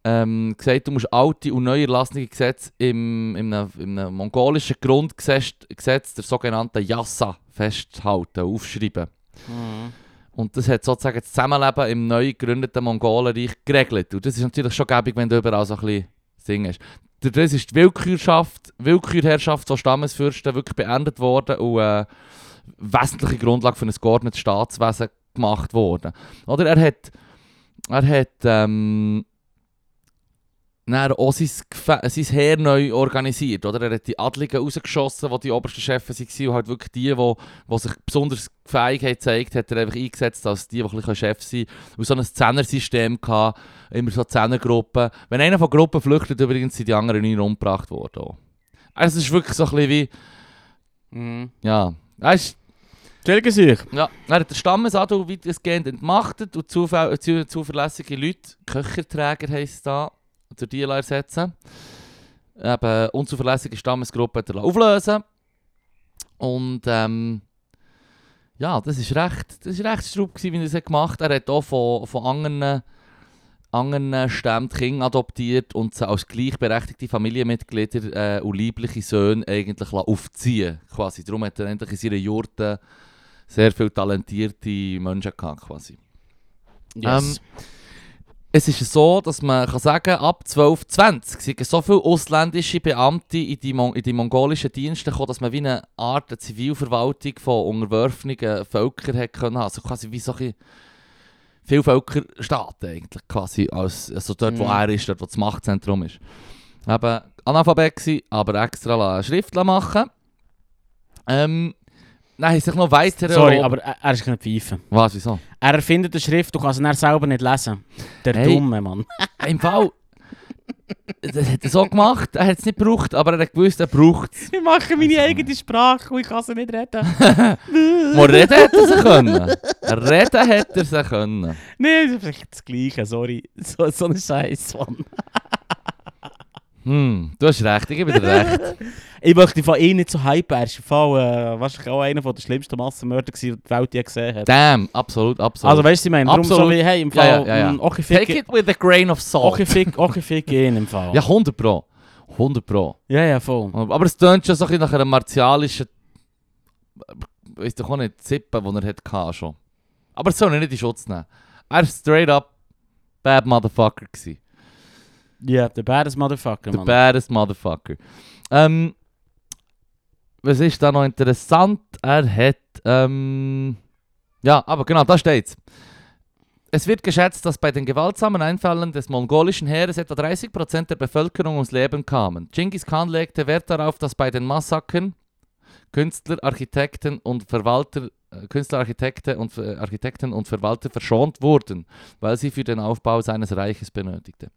Speaker 1: ähm, gesagt, du musst alte und neu erlassene Gesetze im, in einem, in einem mongolischen Grundgesetz, Gesetz, der sogenannten Yassa, festhalten, aufschreiben.
Speaker 2: Mhm.
Speaker 1: Und das hat sozusagen das Zusammenleben im neu gegründeten Mongolenreich geregelt. Und das ist natürlich schon gäbig, wenn du überall so ein bisschen Ding hast. Dadurch ist die Willkürschaft, Willkürherrschaft von Stammesfürsten wirklich beendet worden und äh, wesentliche Grundlage für ein geordnetes Staatswesen gemacht worden. Oder er hat, er hat ähm, dann auch sein, Gefä- äh, sein Heer neu organisiert. Oder? Er hat die Adligen rausgeschossen, die die obersten Chefs waren und halt wirklich die, die die sich besonders die Fähigkeit zeigt, hat er einfach eingesetzt als die, die ein bisschen Chef sein können. Und so ein Zehner-System gehabt, immer so Zehnergruppen. Wenn einer von Gruppen flüchtet, übrigens sind die anderen neun umgebracht worden. auch. Also es ist wirklich so ein bisschen wie,
Speaker 2: Mhm.
Speaker 1: ja, er ist,
Speaker 2: Entschuldigung, sich.
Speaker 1: ja, er hat den Stammesadel weitestgehend entmachtet und zufä- äh, zu, zuverlässige Leute, Köcherträger heisst es da, durch die ersetzen. Eben unzuverlässige Stammesgruppen hat er auflösen lassen. Und ähm, Ja, das ist recht, das ist recht straub, gewesen, wie er es hat gemacht hat. Er hat auch von, von anderen, anderen Stämmen die Kinder adoptiert und sie als gleichberechtigte Familienmitglieder äh, und liebliche Söhne eigentlich lassen aufziehen quasi. Darum hat er endlich in seiner Jurte sehr viele talentierte Menschen gehabt, quasi.
Speaker 2: Yes.
Speaker 1: Es ist so, dass man kann sagen ab 1220 sind so viele ausländische Beamte in die, Mon in die mongolischen Dienste gekommen, dass man wie eine Art der Zivilverwaltung von unterwerfenden Völkern hätte können. haben. Also quasi wie so ein bisschen viele Völkerstaaten eigentlich quasi. Als, also dort, wo
Speaker 2: Mhm.
Speaker 1: er ist, dort, wo das Machtzentrum ist. Eben Analphabet gewesen, aber extra la- eine Schrift la machen. Ähm, dann haben sich noch weitere...
Speaker 2: Sorry, aber er, er ist kein Pfeifen.
Speaker 1: Was, wieso?
Speaker 2: Er erfindet eine Schrift, du kannst sie dann selber nicht lesen. Der
Speaker 1: Hey.
Speaker 2: Dumme, Mann.
Speaker 1: Hey, Im Fall. Das hat er so gemacht, er hat es nicht gebraucht, aber er hat gewusst, er braucht es.
Speaker 2: Ich mache meine eigene Sprache und ich kann sie nicht reden.
Speaker 1: Mal reden hätte er sie können. Reden hätte er sie können.
Speaker 2: Nein, das ist vielleicht das Gleiche, sorry. So, so ein Scheiß, Mann.
Speaker 1: Hm, du hast recht, ich gebe dir recht.
Speaker 2: Ich möchte von ihm nicht so hypen. Er ist im Fall äh, wahrscheinlich auch einer der schlimmsten Massenmörder, gewesen, die die Welt je gesehen hat.
Speaker 1: Damn, absolut, absolut.
Speaker 2: Also weißt du, ich meine, darum so
Speaker 1: Absolut.
Speaker 2: wie, hey, im
Speaker 1: Ja,
Speaker 2: Fall,
Speaker 1: ja, ja, ja.
Speaker 2: mm, okay, fick,
Speaker 1: Take it with a grain of salt.
Speaker 2: okay, fick, okay, fick ihn im Fall.
Speaker 1: Ja, 100 Pro. 100 Pro.
Speaker 2: ja, ja, voll.
Speaker 1: Aber es tönt schon so ein bisschen nach einer martialischen. Weißt doch auch nicht, Zippe, die er hatte schon. Aber es soll ihn nicht in Schutz nehmen. Er war straight up bad motherfucker. Gewesen.
Speaker 2: Ja, der baddest Motherfucker,
Speaker 1: The
Speaker 2: Mann.
Speaker 1: baddest motherfucker. Ähm, was ist da noch interessant? Er hat, ähm, ja, aber genau, da steht's. Es wird geschätzt, dass bei den gewaltsamen Einfällen des mongolischen Heeres etwa 30% der Bevölkerung ums Leben kamen. Genghis Khan legte Wert darauf, dass bei den Massakern Künstler, Architekten und Verwalter, äh, Künstler, Architekte und, äh, Architekten und Verwalter verschont wurden, weil sie für den Aufbau seines Reiches benötigte.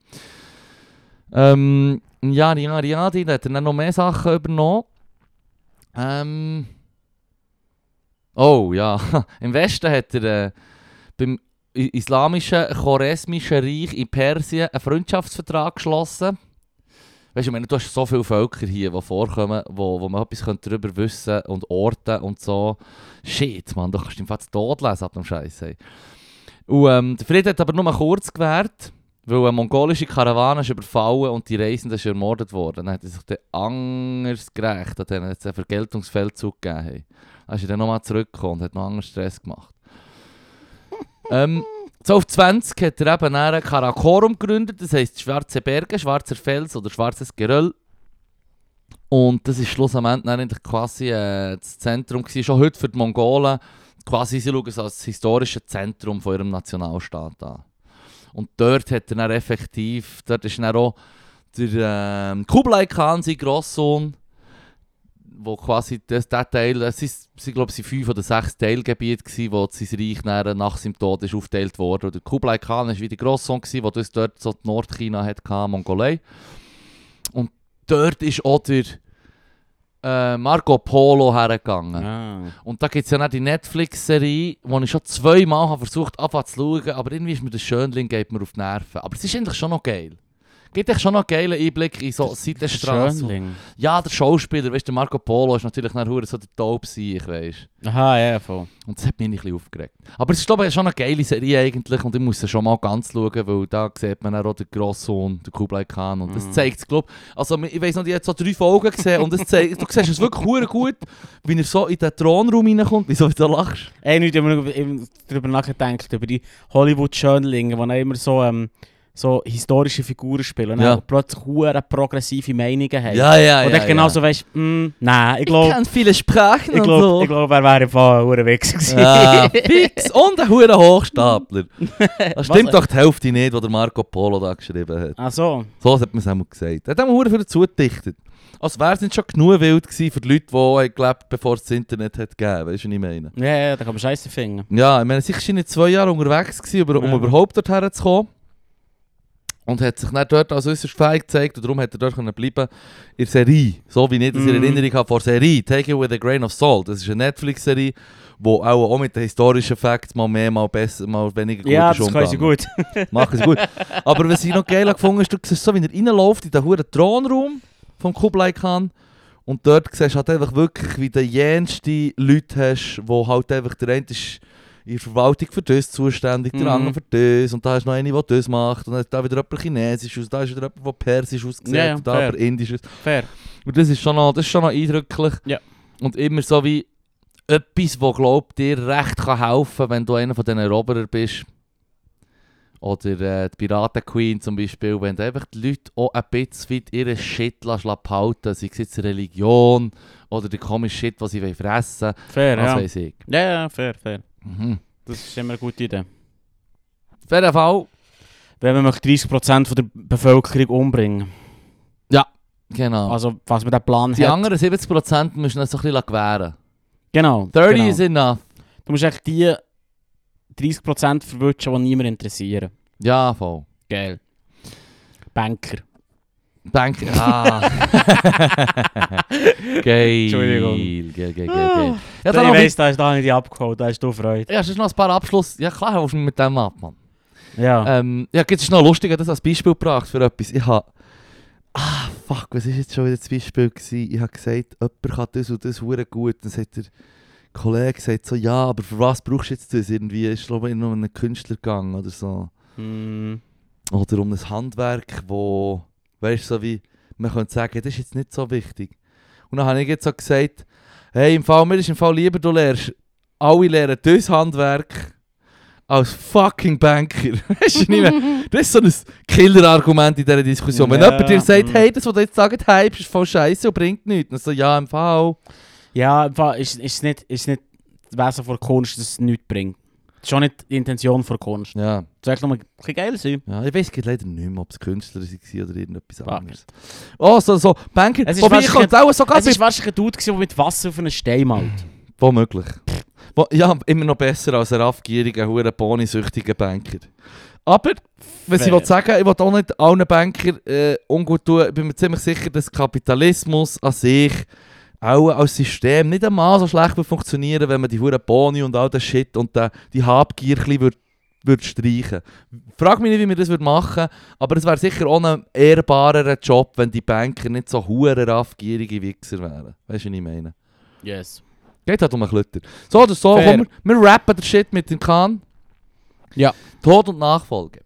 Speaker 1: Ähm, ja, ja, ja, die hat dann noch mehr Sachen übernommen. Ähm, oh ja, im Westen hat er äh, beim i- islamischen Choresmischen Reich in Persien einen Freundschaftsvertrag geschlossen. Weißt du, ich meine, du hast so viele Völker hier, die vorkommen, wo, wo man etwas könnte darüber wissen und orten und so. Shit, Mann, du kannst im Fall zu Tod lesen ab dem Scheiß. ey. Und ähm, der Frieden hat aber nur kurz gewährt. Weil eine mongolische Karawane ist überfallen und die Reisenden sind ermordet worden. Dann hat er sich dann anders gerecht, an denen es einen Vergeltungsfeldzug gegeben hat. Dann ist er dann nochmal zurückgekommen und hat noch anders Stress gemacht. ähm, 1220 hat er eben dann ein Karakorum gegründet, das heisst Schwarze Berge, Schwarzer Fels oder Schwarzes Geröll. Und das ist schlussendlich dann eigentlich quasi äh, das Zentrum gewesen, schon heute für die Mongolen. Quasi, sie schauen es als das historische Zentrum von ihrem Nationalstaat an. Und dort hat er dann effektiv, dort ist dann auch der ähm, Kublai Khan, sein Grosssohn, wo quasi das, der Teil, es ist, sind glaube ich fünf oder sechs Teilgebiete gewesen, wo sein Reich dann nach seinem Tod ist aufgeteilt wurde. Und der Kublai Khan war wie der Grosssohn, gewesen, wo das dort so die Nordchina hat, gehabt, Mongolei. Und dort ist auch der äh, Marco Polo hergegangen.
Speaker 2: Ah.
Speaker 1: Und da gibt es ja noch die Netflix-Serie, die ich schon zweimal habe versucht habe zu schauen, aber irgendwie ist mir der Schönling geht mir auf die Nerven. Aber es ist eigentlich schon noch geil. Gibt echt schon noch einen geilen Einblick in so Seitenstraßen.
Speaker 2: Schönling.
Speaker 1: Ja, der Schauspieler, weißt du, Marco Polo ist natürlich nachher hure so der Taub sein, ich weiß.
Speaker 2: Aha, Ah, ja, voll.
Speaker 1: Und das hat mich ein bisschen aufgeregt. Aber es ist glaube ich schon eine geile Serie eigentlich und ich muss sie schon mal ganz schauen, weil da sieht man dann auch den Grosssohn, den Kublai Khan und das
Speaker 2: Mhm.
Speaker 1: zeigt es glaube Also ich weiß noch, ich habe so drei Folgen gesehen und das zeigt, du siehst es wirklich hure gut, wie er so in den Thronraum reinkommt. Wieso du lachst?
Speaker 2: Ey, nicht immer über- eben darüber nachgedacht, über die Hollywood-Schönlinge, die dann immer so, ähm, so historische Figuren spielen und
Speaker 1: Ja.
Speaker 2: dann plötzlich hure progressive Meinungen haben.
Speaker 1: Ja, ja,
Speaker 2: und
Speaker 1: ja.
Speaker 2: dann genauso weißt, mm, nein, ich glaube,
Speaker 1: kann viele Sprachen
Speaker 2: ich glaube, ich glaub, er wäre im Fall ein hure Wichser gewesen.
Speaker 1: Ja, fix. Und ein hoher Hochstapler. Das stimmt
Speaker 2: Was?
Speaker 1: doch die Hälfte nicht, was der Marco Polo da geschrieben hat.
Speaker 2: Ach so.
Speaker 1: So hat man es einmal gesagt. Er hat einmal hure viel zugedichtet. Als wäre Also, es nicht schon genug wild gewesen für die Leute, die haben gelebt bevor es das Internet hat gegeben. Weißt du, was ich meine?
Speaker 2: Ja, ja, da kann man Scheiße finden.
Speaker 1: Ja, ich meine, sicher war nicht zwei Jahre unterwegs, gewesen, über, um
Speaker 2: Ja.
Speaker 1: überhaupt dorthin zu kommen. Und hat sich dann dort als äußerst fähig gezeigt und darum hat er dort können bleiben in der Serie. So wie nicht, dass ich
Speaker 2: Mhm.
Speaker 1: Erinnerung habe vor Serie. Take it with a grain of salt. Das ist eine Netflix-Serie, die auch, auch mit den historischen Facts mal mehr, mal besser, mal weniger gut
Speaker 2: ja,
Speaker 1: ist
Speaker 2: das kann sie
Speaker 1: umgegangen.
Speaker 2: gut.
Speaker 1: Machen sie gut. Aber was ich noch geil gefunden habe, ist, du siehst so, wie er reinläuft in den hohen Thronraum vom Kublai Khan Und dort siehst du halt einfach wirklich, wie du jenste Leute hast, wo halt einfach der eine ist in der Verwaltung für das zuständig, der
Speaker 2: Mhm.
Speaker 1: andere für das und da ist noch einer, der das macht und dann ist da wieder jemand Chinesisch aus, da ist wieder jemand, der Persisch aussieht
Speaker 2: Ja, ja,
Speaker 1: und da
Speaker 2: fair.
Speaker 1: jemand Indisch aus.
Speaker 2: Fair.
Speaker 1: Und das ist schon noch, das ist schon noch eindrücklich.
Speaker 2: Ja.
Speaker 1: Und immer so wie etwas, wo glaubt dir recht kann helfen, wenn du einer von diesen Eroberer bist. Oder äh, die Piraten Queen zum Beispiel, wenn du einfach die Leute auch ein bisschen ihren Shit lässt behalten, sei es jetzt Religion oder der komische Shit, den sie wollen fressen
Speaker 2: Fair,
Speaker 1: wollen, das
Speaker 2: ja.
Speaker 1: weiss ich.
Speaker 2: Ja, ja, fair, fair.
Speaker 1: Mhm.
Speaker 2: Das ist immer eine gute Idee.
Speaker 1: Auf jeden Fall,
Speaker 2: Wenn man möchte 30% von der Bevölkerung umbringen
Speaker 1: genau.
Speaker 2: Also, was man den Plan
Speaker 1: Ah. die
Speaker 2: hat.
Speaker 1: anderen 70% müssen wir so ein bisschen gewähren.
Speaker 2: Genau.
Speaker 1: 30
Speaker 2: genau.
Speaker 1: is enough.
Speaker 2: Du musst echt die 30% verwutschen, die niemand interessieren.
Speaker 1: Ja, voll.
Speaker 2: Geil. Banker.
Speaker 1: Danke. Ah. geil.
Speaker 2: Entschuldigung.
Speaker 1: Geil, geil, geil, geil. Ja,
Speaker 2: Ich
Speaker 1: dann noch mit,
Speaker 2: weiss, da ist da nicht abgeholt, da hast du Freude.
Speaker 1: ja, sonst noch ein paar Abschluss. Ja, klar, hörst du mich mit dem ab, Mann.
Speaker 2: Ja.
Speaker 1: Ähm, ja, jetzt ist noch lustig, ich hab das als Beispiel gebracht für etwas. Ich habe. Ah, fuck, was war jetzt schon wieder das Beispiel? Gewesen? Ich habe gesagt, jemand kann das und das hure gut. Dann sagt der Kollege gesagt so, ja, aber für was brauchst du jetzt das? Irgendwie ist glaube ich noch um einen Künstler gegangen oder so.
Speaker 2: Mm.
Speaker 1: Oder um ein Handwerk, wo, weißt du, so wie, man könnte sagen, das ist jetzt nicht so wichtig. Und dann habe ich jetzt so gesagt, hey, im Fall, mir ist im Fall lieber, du lernst, alle lernen das Handwerk als fucking Banker. Weisst du, nicht mehr? Das ist so ein Killer-Argument in dieser Diskussion. Wenn
Speaker 2: Ja.
Speaker 1: jemand dir sagt,
Speaker 2: Mhm.
Speaker 1: hey, das, was du jetzt sagst, hey, ist voll scheiße und bringt nichts. Dann so, ja, im Fall.
Speaker 2: Ja, im Fall ist, ist, nicht, ist nicht das Wesen von Kunst, dass es nichts bringt. Das ist schon nicht die Intention von Kunst.
Speaker 1: Ja.
Speaker 2: Es soll echt nur ein bisschen geil sein.
Speaker 1: Ja, ich weiß leider nicht mehr, ob es Künstler waren oder irgendetwas
Speaker 2: Fuck.
Speaker 1: anderes. Oh, so, so, Banker.
Speaker 2: Es ist
Speaker 1: Wobei, ich
Speaker 2: fast
Speaker 1: könnte auch sogar
Speaker 2: Es war wahrscheinlich ein Dude, gewesen, der mit Wasser auf einen Stein malt.
Speaker 1: Womöglich. Wo, ja, immer noch besser als ein raffgieriger, hure bonisüchtiger Banker. Aber, was ich
Speaker 2: Fair.
Speaker 1: will sagen ich will auch nicht allen Banker äh, ungut tun. Ich bin mir ziemlich sicher, dass Kapitalismus an sich auch als System nicht einmal so schlecht würde funktionieren, wenn man die hure Boni und all das Shit und den, die Habgier ein bisschen würd, würd streichen Frag mich nicht, wie wir das würd machen aber es wäre sicher auch ein ehrbarerer Job, wenn die Banker nicht so hure raffgierige Wichser wären. Weißt du, was ich meine?
Speaker 2: Yes.
Speaker 1: Geht halt um einen Klötter. So oder so,
Speaker 2: Fair.
Speaker 1: komm, wir, wir rappen den Shit mit dem Kahn.
Speaker 2: Ja.
Speaker 1: Tod und Nachfolge.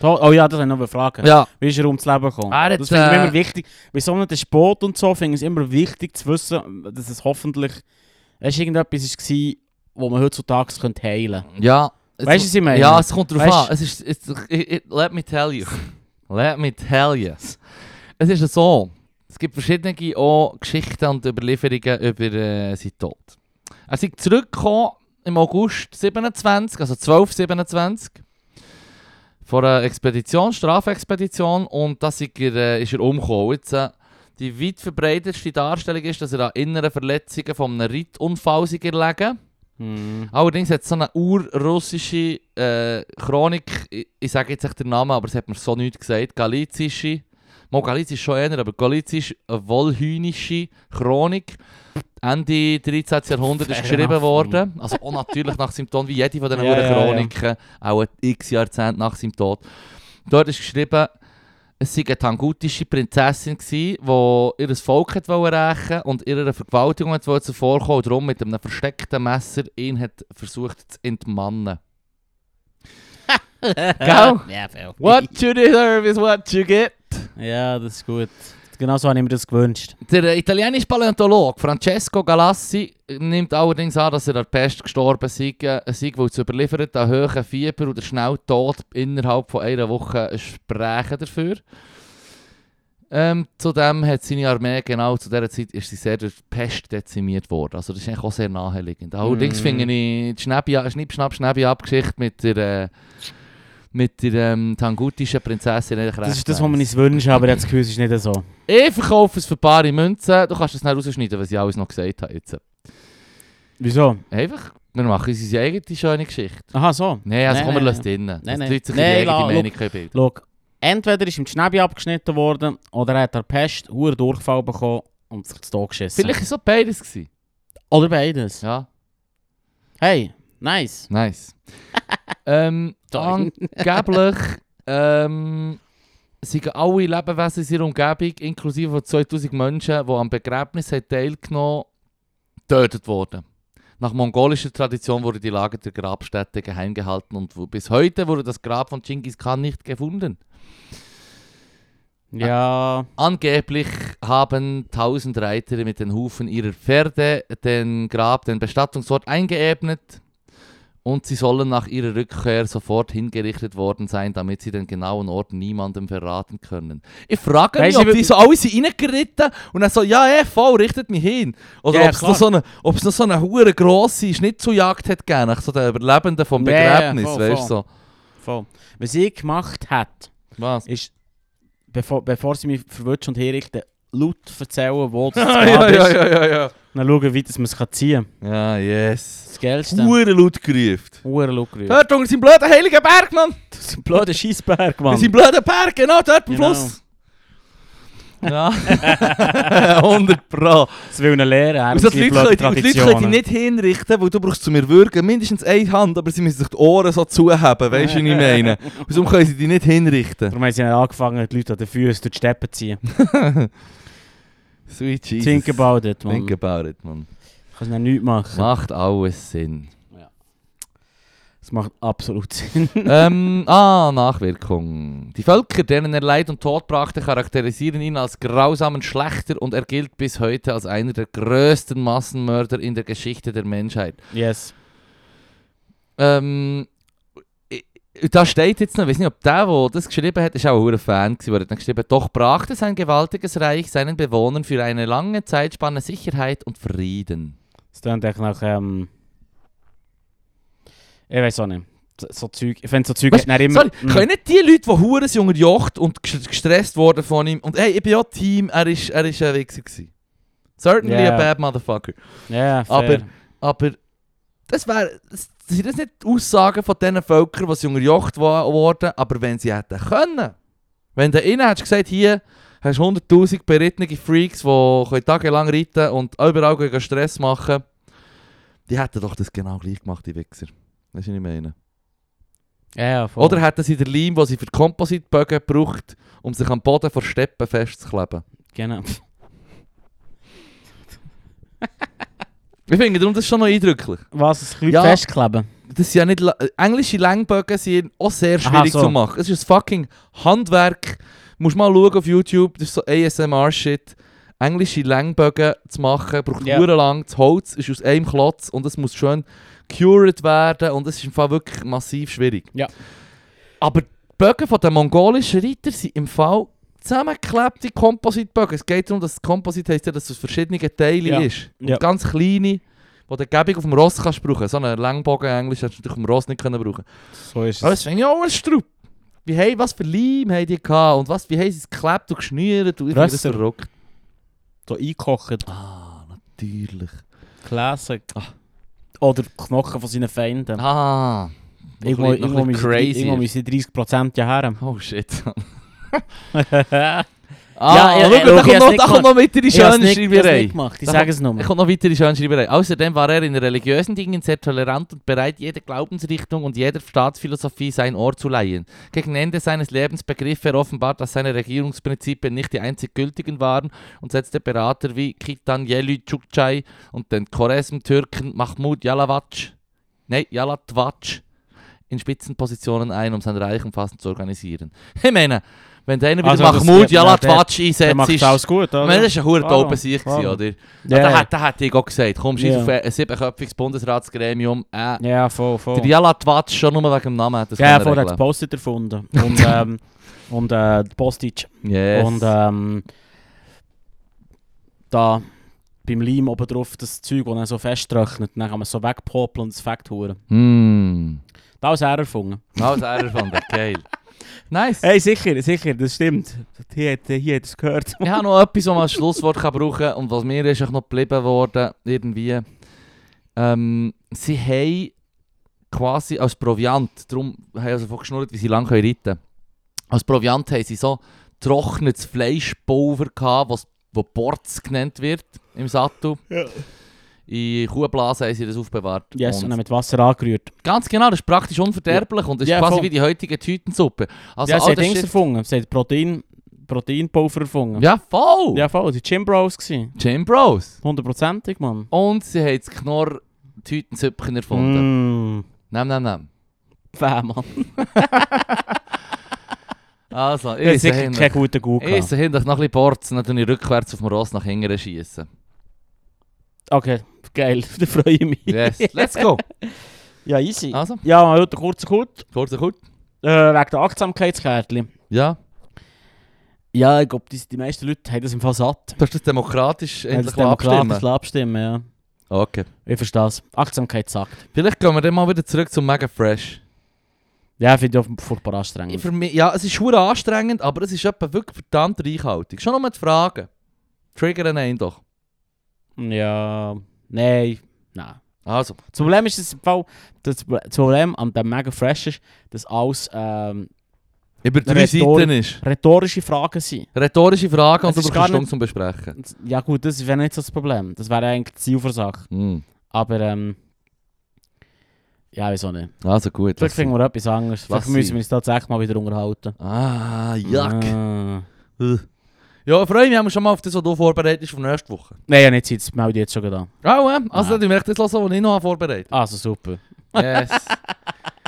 Speaker 2: To- Oh ja, das wollte ich noch fragen.
Speaker 1: Ja.
Speaker 2: Wie ist er ums Leben gekommen?
Speaker 1: Er hat,
Speaker 2: das finde ich
Speaker 1: äh,
Speaker 2: immer wichtig. Bei so einem Sport und so finde ich es immer wichtig zu wissen, dass es hoffentlich weißt, du, irgendetwas war, wo man heutzutage könnte heilen könnte.
Speaker 1: Ja.
Speaker 2: Weißt du, was ich meine?
Speaker 1: Ja, es kommt drauf an.
Speaker 2: Weißt-
Speaker 1: Es ist, es, ich, ich, let me tell you. Let me tell you. Es ist so, es gibt verschiedene auch Geschichten und Überlieferungen über äh, seinen Tod. Er ist zurückgekommen im August 27, also 1227, von einer Expedition, Strafexpedition und da ist er, äh, ist er umgekommen. Jetzt, äh, die weit verbreitetste Darstellung ist, dass er an inneren Verletzungen von einem Reitunfall sei erlegen.
Speaker 2: Mhm.
Speaker 1: Allerdings hat es so eine urrussische äh, Chronik, ich, ich sage jetzt nicht den Namen, aber es hat mir so nichts gesagt, galizische, mal Galiz ist schon einer, aber galizisch eine wolhünische Chronik, Ende 13. Jahrhundert ist
Speaker 2: Fair
Speaker 1: geschrieben
Speaker 2: enough.
Speaker 1: worden, also auch natürlich nach seinem Tod, wie jede von diesen
Speaker 2: Ja,
Speaker 1: yeah,
Speaker 2: ja, ja.
Speaker 1: Chroniken, auch ein x Jahrzehnt nach seinem Tod. Dort ist geschrieben, es war eine tangutische Prinzessin, gsi, die ihr Volk hat wollen rächen und ihrer Vergewaltigung hat wollen zuvorkommen und darum mit einem versteckten Messer ihn hat versucht zu entmannen. Gell?
Speaker 2: Ja, fair.
Speaker 1: What you deserve is what you get.
Speaker 2: Ja, das ist gut. Genau so habe ich mir das gewünscht.
Speaker 1: Der äh, italienische Paläontologe Francesco Galassi nimmt allerdings an, dass er an der Pest gestorben sei, äh, sei weil es überliefert an hohen Fieber oder schnell Tod innerhalb von einer Woche sprechen dafür. Ähm, zudem hat seine Armee genau zu dieser Zeit ist sie sehr durch die Pest dezimiert worden. Also das ist eigentlich auch sehr naheliegend. Allerdings
Speaker 2: Mm.
Speaker 1: finde ich die äh, Schnäppi- Schnipp-Schnapp-Schnäppi-Abgeschichte mit der, äh, mit der ähm, tangutischen Prinzessin eigentlich
Speaker 2: Das
Speaker 1: recht
Speaker 2: ist das, was
Speaker 1: nice.
Speaker 2: man sich wünscht, aber jetzt Gefühl, es ist nicht so.
Speaker 1: Ich verkaufe es für bare Münzen. Du kannst es nicht rausschneiden, was ich alles noch gesagt habe. Jetzt.
Speaker 2: Wieso?
Speaker 1: Einfach, wir machen uns unsere eigene schöne Geschichte.
Speaker 2: Aha, so.
Speaker 1: Nein, also
Speaker 2: Nein,
Speaker 1: komm, wir
Speaker 2: nein,
Speaker 1: lassen es drinnen. Dass
Speaker 2: nein.
Speaker 1: die Leute sich
Speaker 2: Nein,
Speaker 1: ihre eigene
Speaker 2: la-
Speaker 1: Meinung können bilden
Speaker 2: Schau, entweder ist ihm die Schnäbi abgeschnitten worden oder er hat er Pest, hoher Durchfall bekommen und sich zu Tod geschissen.
Speaker 1: Vielleicht war es auch beides. Gewesen.
Speaker 2: Oder beides.
Speaker 1: Ja,
Speaker 2: Hey, nice.
Speaker 1: nice. ähm,
Speaker 2: Sorry.
Speaker 1: angeblich ähm, sind alle Lebewesen in ihrer Umgebung, inklusive von 2000 Menschen, die am Begräbnis haben teilgenommen haben, getötet worden. Nach mongolischer Tradition wurde die Lage der Grabstätte geheim gehalten und wo- bis heute wurde das Grab von Genghis Khan nicht gefunden.
Speaker 2: Ja,
Speaker 1: Angeblich haben 1000 Reiter mit den Hufen ihrer Pferde den Grab, den Bestattungsort eingeebnet und sie sollen nach ihrer Rückkehr sofort hingerichtet worden sein, damit sie den genauen Ort niemandem verraten können. Ich frage mich,
Speaker 2: Weißt du,
Speaker 1: ob
Speaker 2: wie-
Speaker 1: die so alle sind reingeritten und dann so, ja, eh, voll, richtet mich hin. Oder
Speaker 2: Ja,
Speaker 1: ob es noch
Speaker 2: klar.
Speaker 1: so eine, ob es noch so eine hure grosse Schnitzeljagd hat gegeben, nach so den Überlebenden vom
Speaker 2: Ja, ja,
Speaker 1: Begräbnis,
Speaker 2: voll,
Speaker 1: weißt du so.
Speaker 2: voll. Was ich gemacht hätte,
Speaker 1: Was?
Speaker 2: ist, bevor, bevor sie mich verwutschen und herrichten, laut erzählen, wo das
Speaker 1: ja,
Speaker 2: Grab
Speaker 1: ja,
Speaker 2: ist.
Speaker 1: ja, ja, ja.
Speaker 2: Dann schauen, wie das man es ziehen kann.
Speaker 1: Ja, yes.
Speaker 2: Das Geilste.
Speaker 1: Hure laut gerufen.
Speaker 2: Uhr schauen.
Speaker 1: Hört unter seinem blöden heiligen Berg, Mann!
Speaker 2: Das ist ein blöder Scheissberg, Mann.
Speaker 1: Unter seinem blöden Berg, genau dort am
Speaker 2: Genau.
Speaker 1: Fluss! Ja, 100 Pro.
Speaker 2: Das will eine Lehre.
Speaker 1: Und so die Leute können die Leute können dich nicht hinrichten, weil du brauchst zu mir würgen. Mindestens eine Hand, aber sie müssen sich die Ohren so zuheben, weißt du, was ich meine? Und darum können sie dich nicht hinrichten.
Speaker 2: Darum haben sie dann angefangen, die Leute an den Füßen durch die Steppen zu ziehen.
Speaker 1: Sweet Jesus.
Speaker 2: Think about it, man.
Speaker 1: Think about it, Mann.
Speaker 2: Kannst du nichts machen.
Speaker 1: Macht alles Sinn.
Speaker 2: Das macht absolut Sinn.
Speaker 1: ähm, ah, Nachwirkung. Die Völker, denen er Leid und Tod brachte, charakterisieren ihn als grausamen Schlechter und er gilt bis heute als einer der größten Massenmörder in der Geschichte der Menschheit.
Speaker 2: Yes.
Speaker 1: Ähm, i- da steht jetzt noch, ich weiß nicht, ob der, der das geschrieben hat, ist auch ein hoher Fan gewesen, weil er hat dann geschrieben, doch brachte sein gewaltiges Reich seinen Bewohnern für eine lange Zeitspanne Sicherheit und Frieden.
Speaker 2: Das klingt echt nach... Ähm, ich weiß auch nicht. So, so Zeug... Ich finde so Zeug...
Speaker 1: Weißt,
Speaker 2: hat dann immer,
Speaker 1: Sorry,
Speaker 2: Mm.
Speaker 1: können nicht die Leute, die hure sind unter Jocht und gest- gestresst wurden von ihm, und hey, ich bin ja Team, er ist, er ist ein Wichser gewesen. Certainly
Speaker 2: Yeah.
Speaker 1: a bad motherfucker.
Speaker 2: Ja, fair.
Speaker 1: Aber- Aber das wäre, sind das nicht die Aussagen von diesen Völkern, die sie unter Jocht wa- wurden, aber wenn sie hätten können. Wenn du innen hättest gesagt, hier hast du 100'000 berittene Freaks, die können tagelang reiten und überall gegen Stress machen, die hätten doch das genau gleich gemacht, die Wichser. Weißt du, was ich meine?
Speaker 2: Ja, voll.
Speaker 1: Oder hätten sie den Leim, den sie für Kompositbögen braucht, um sich am Boden vor Steppen festzukleben?
Speaker 2: Genau.
Speaker 1: Ich finde darum, das ist schon noch eindrücklich.
Speaker 2: Was? Das Kreuz
Speaker 1: Ja.
Speaker 2: festkleben?
Speaker 1: Das sind ja nicht la- äh, englische Längbögen sind auch sehr
Speaker 2: Aha,
Speaker 1: schwierig
Speaker 2: so.
Speaker 1: zu machen. Es ist ein fucking Handwerk. Musst mal schauen auf YouTube, das ist so ASMR-Shit. Englische Längbögen zu machen, braucht
Speaker 2: Ja.
Speaker 1: yeah. lang. Das Holz ist aus einem Klotz und es muss schön cured werden und es ist im Fall wirklich massiv schwierig.
Speaker 2: Ja.
Speaker 1: Aber die Bögen von den mongolischen Reiter sind im Fall zusammengeklebte Kompositbögen. Es geht darum, dass Komposit heisst ja, dass es aus verschiedenen Teilen
Speaker 2: Ja.
Speaker 1: ist. Und
Speaker 2: Ja.
Speaker 1: ganz kleine, die du gäbig auf dem Ross kannst brauchen. So einen Langbogen Englisch hättest du natürlich auf dem Ross nicht können brauchen.
Speaker 2: So ist
Speaker 1: Aber
Speaker 2: es.
Speaker 1: das finde ich auch ein Strupp. Wie hey, was für Leim haben die gehabt und was, wie haben sie es geklebt und geschnürt und ich finde das
Speaker 2: Rösser.
Speaker 1: verrückt.
Speaker 2: So eingekocht.
Speaker 1: Ah, natürlich.
Speaker 2: Classic. Ah. Oder die Knochen von seinen Feinden.
Speaker 1: Ah.
Speaker 2: Irgendwo,
Speaker 1: Noch ein bisschen- noch
Speaker 2: irgendwo,
Speaker 1: ein
Speaker 2: müssen,
Speaker 1: bisschen
Speaker 2: crazy. irgendwo
Speaker 1: ist.
Speaker 2: müssen 30% ja her.
Speaker 1: Oh shit.
Speaker 2: ja,
Speaker 1: Ah,
Speaker 2: Ja, ja,
Speaker 1: schau,
Speaker 2: ja, schau,
Speaker 1: da
Speaker 2: ich
Speaker 1: kommt
Speaker 2: hab's
Speaker 1: noch,
Speaker 2: nicht
Speaker 1: da kommt noch weitere
Speaker 2: ich habe es
Speaker 1: schöne
Speaker 2: nicht, ich hab's nicht
Speaker 1: Schreiberei.
Speaker 2: gemacht, ich
Speaker 1: Da
Speaker 2: sage es nur.
Speaker 1: Er kommt noch weiter in Schönschreiberei. Außerdem war er in religiösen Dingen sehr tolerant und bereit, jeder Glaubensrichtung und jeder Staatsphilosophie sein Ohr zu leihen. Gegen Ende seines Lebens begriff er offenbar, dass seine Regierungsprinzipien nicht die einzig gültigen waren und setzte Berater wie Kitan Yeli Çukçay und den Choresm-Türken Mahmud Yalavac, nee, Yalatvac in Spitzenpositionen ein, um sein Reich umfassend zu organisieren. Ich meine, wenn du einen wie
Speaker 2: Also,
Speaker 1: der
Speaker 2: das-
Speaker 1: Mahmud
Speaker 2: ja, der-
Speaker 1: Yalatvac
Speaker 2: Dann macht
Speaker 1: einsetzt,
Speaker 2: es
Speaker 1: ist...
Speaker 2: alles gut,
Speaker 1: Ich
Speaker 2: oder?
Speaker 1: meine, das war ein hoher
Speaker 2: Warum?
Speaker 1: Tauben sich,
Speaker 2: Warum?
Speaker 1: oder?
Speaker 2: ja,
Speaker 1: Da, hat, da hat ich auch gesagt, komm, scheiß
Speaker 2: Ja.
Speaker 1: auf E- ein siebenköpfiges Bundesratsgremium. Äh,
Speaker 2: ja, voll, voll.
Speaker 1: Der Jalatwatsch schon nur wegen dem Namen hat das
Speaker 2: ja,
Speaker 1: können
Speaker 2: vorher hat das
Speaker 1: regeln.
Speaker 2: Post-it erfunden. Und, ähm, und äh, die Postage.
Speaker 1: yes.
Speaker 2: Und ähm, da beim Leim oben drauf das Zeug, das dann so festtrocknet. Dann kann man es so wegpopeln und es fängt verdammt.
Speaker 1: Hmm.
Speaker 2: Das ist er erfunden.
Speaker 1: Alles er von der Geil. Nice.
Speaker 2: Hey, sicher, sicher, das stimmt. Hier hat, hier hat es gehört.
Speaker 1: Ich habe noch etwas, was man als Schlusswort kann brauchen kann. Und was mir ist auch noch geblieben worden, irgendwie. Ähm, sie haben quasi als Proviant, darum haben sie also davon geschnurrt, wie sie lange können reiten können. Als Proviant haben sie so trockenes Fleischpulver gehabt, was wo Borz genannt wird im Sattel. In Kuhblasen haben sie das aufbewahrt.
Speaker 2: Yes, und
Speaker 1: Und
Speaker 2: dann mit Wasser angerührt.
Speaker 1: Ganz genau, das ist praktisch unverderblich und das ist
Speaker 2: Ja,
Speaker 1: quasi
Speaker 2: voll.
Speaker 1: wie die heutige Tütensuppe. Also,
Speaker 2: ja, sie
Speaker 1: all
Speaker 2: hat
Speaker 1: das
Speaker 2: Dings
Speaker 1: Shit-
Speaker 2: erfunden. Sie hat Protein, Proteinpulver erfunden.
Speaker 1: Ja, voll!
Speaker 2: ja voll. Sie waren Gym Bros. gewesen.
Speaker 1: Jim Bros.
Speaker 2: Hundertprozentig, Mann.
Speaker 1: Und sie haben das Knorr-Tütensüppchen erfunden.
Speaker 2: Mm.
Speaker 1: Nehm, nehm, nehm.
Speaker 2: Fäh, Mann.
Speaker 1: Also,
Speaker 2: Ich
Speaker 1: ich
Speaker 2: sicher keinen guten Gut
Speaker 1: Ich
Speaker 2: gehabt.
Speaker 1: sehe hinten noch ein bisschen Borzen, dann tue ich rückwärts auf dem Ross nach hinten schießen.
Speaker 2: Okay, geil. Da freue ich mich.
Speaker 1: Yes, let's go!
Speaker 2: Ja, easy.
Speaker 1: Also,
Speaker 2: Ja, mal heute kurz gut.
Speaker 1: kurz und gut.
Speaker 2: Äh, wegen der Achtsamkeitskärtchen.
Speaker 1: Ja,
Speaker 2: Ja, ich glaube, die, die meisten Leute haben das im Fall satt.
Speaker 1: das ist das demokratisch
Speaker 2: Haben
Speaker 1: endlich
Speaker 2: das
Speaker 1: mal abstimmen.
Speaker 2: demokratisch abstimmen, ja.
Speaker 1: Okay.
Speaker 2: Ich verstehe es. Achtsamkeit sagt.
Speaker 1: Vielleicht gehen wir dann mal wieder zurück zum Mega Fresh.
Speaker 2: Ja, finde ich auch furchtbar anstrengend.
Speaker 1: Ich Für mich, ja, es ist schwer anstrengend, aber es ist etwa wirklich verdammt reichhaltig. Schon nochmal die Fragen. Triggern einen doch.
Speaker 2: Ja, nein, nein.
Speaker 1: Also,
Speaker 2: Das Problem ist, dass im Fall, das das Problem an dem Mega Fresh ist, dass alles ähm,
Speaker 1: über drei
Speaker 2: Rhetor-
Speaker 1: Seiten ist.
Speaker 2: rhetorische Fragen sind.
Speaker 1: Rhetorische Fragen und
Speaker 2: Es ist
Speaker 1: über
Speaker 2: gar
Speaker 1: eine Stunde
Speaker 2: nicht-
Speaker 1: zum Besprechen.
Speaker 2: Und- Ja gut, das wäre nicht so das Problem. Das wäre eigentlich die Zielversach.
Speaker 1: Hm.
Speaker 2: Aber ähm, ja, wieso nicht.
Speaker 1: Also gut.
Speaker 2: Vielleicht
Speaker 1: lass
Speaker 2: finden wir etwas anderes.
Speaker 1: Was
Speaker 2: Vielleicht müssen
Speaker 1: sie-
Speaker 2: wir uns tatsächlich mal wieder unterhalten.
Speaker 1: sie. Ah, Jack.
Speaker 2: Ah.
Speaker 1: Ja, ich freue mich haben wir schon mal auf das, was du vorbereitet hast für nächste Woche.
Speaker 2: Nein, ja nicht Zeit, das melde ich jetzt schon getan.
Speaker 1: Oh, ja. Also,
Speaker 2: Ja.
Speaker 1: dann möchte ich das hören, was ich noch vorbereitet
Speaker 2: Also super.
Speaker 1: habe. Yes.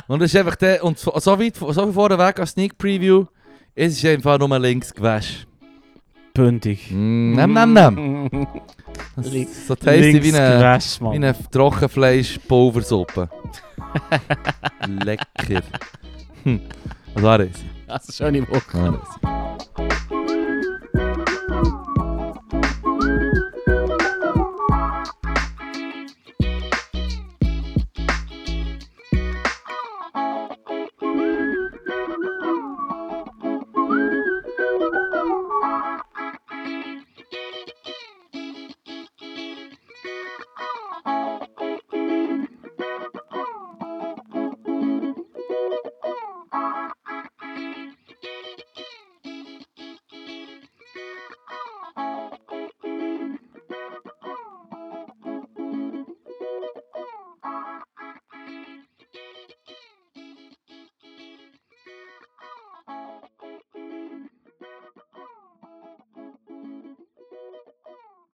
Speaker 1: und es ist einfach der, und so, so weit, so viel vorweg als Sneak Preview, es ist einfach nur links gewäsch.
Speaker 2: Bündig.
Speaker 1: Mm, nem, nem, nem. Das-
Speaker 2: Link-
Speaker 1: So tasty wie eine,
Speaker 2: Gewäsch,
Speaker 1: wie
Speaker 2: Mann.
Speaker 1: eine Trockenfleisch-Pulversuppe. Lecker. Hm. Das war es.
Speaker 2: Also schöne Woche.
Speaker 1: Das war es.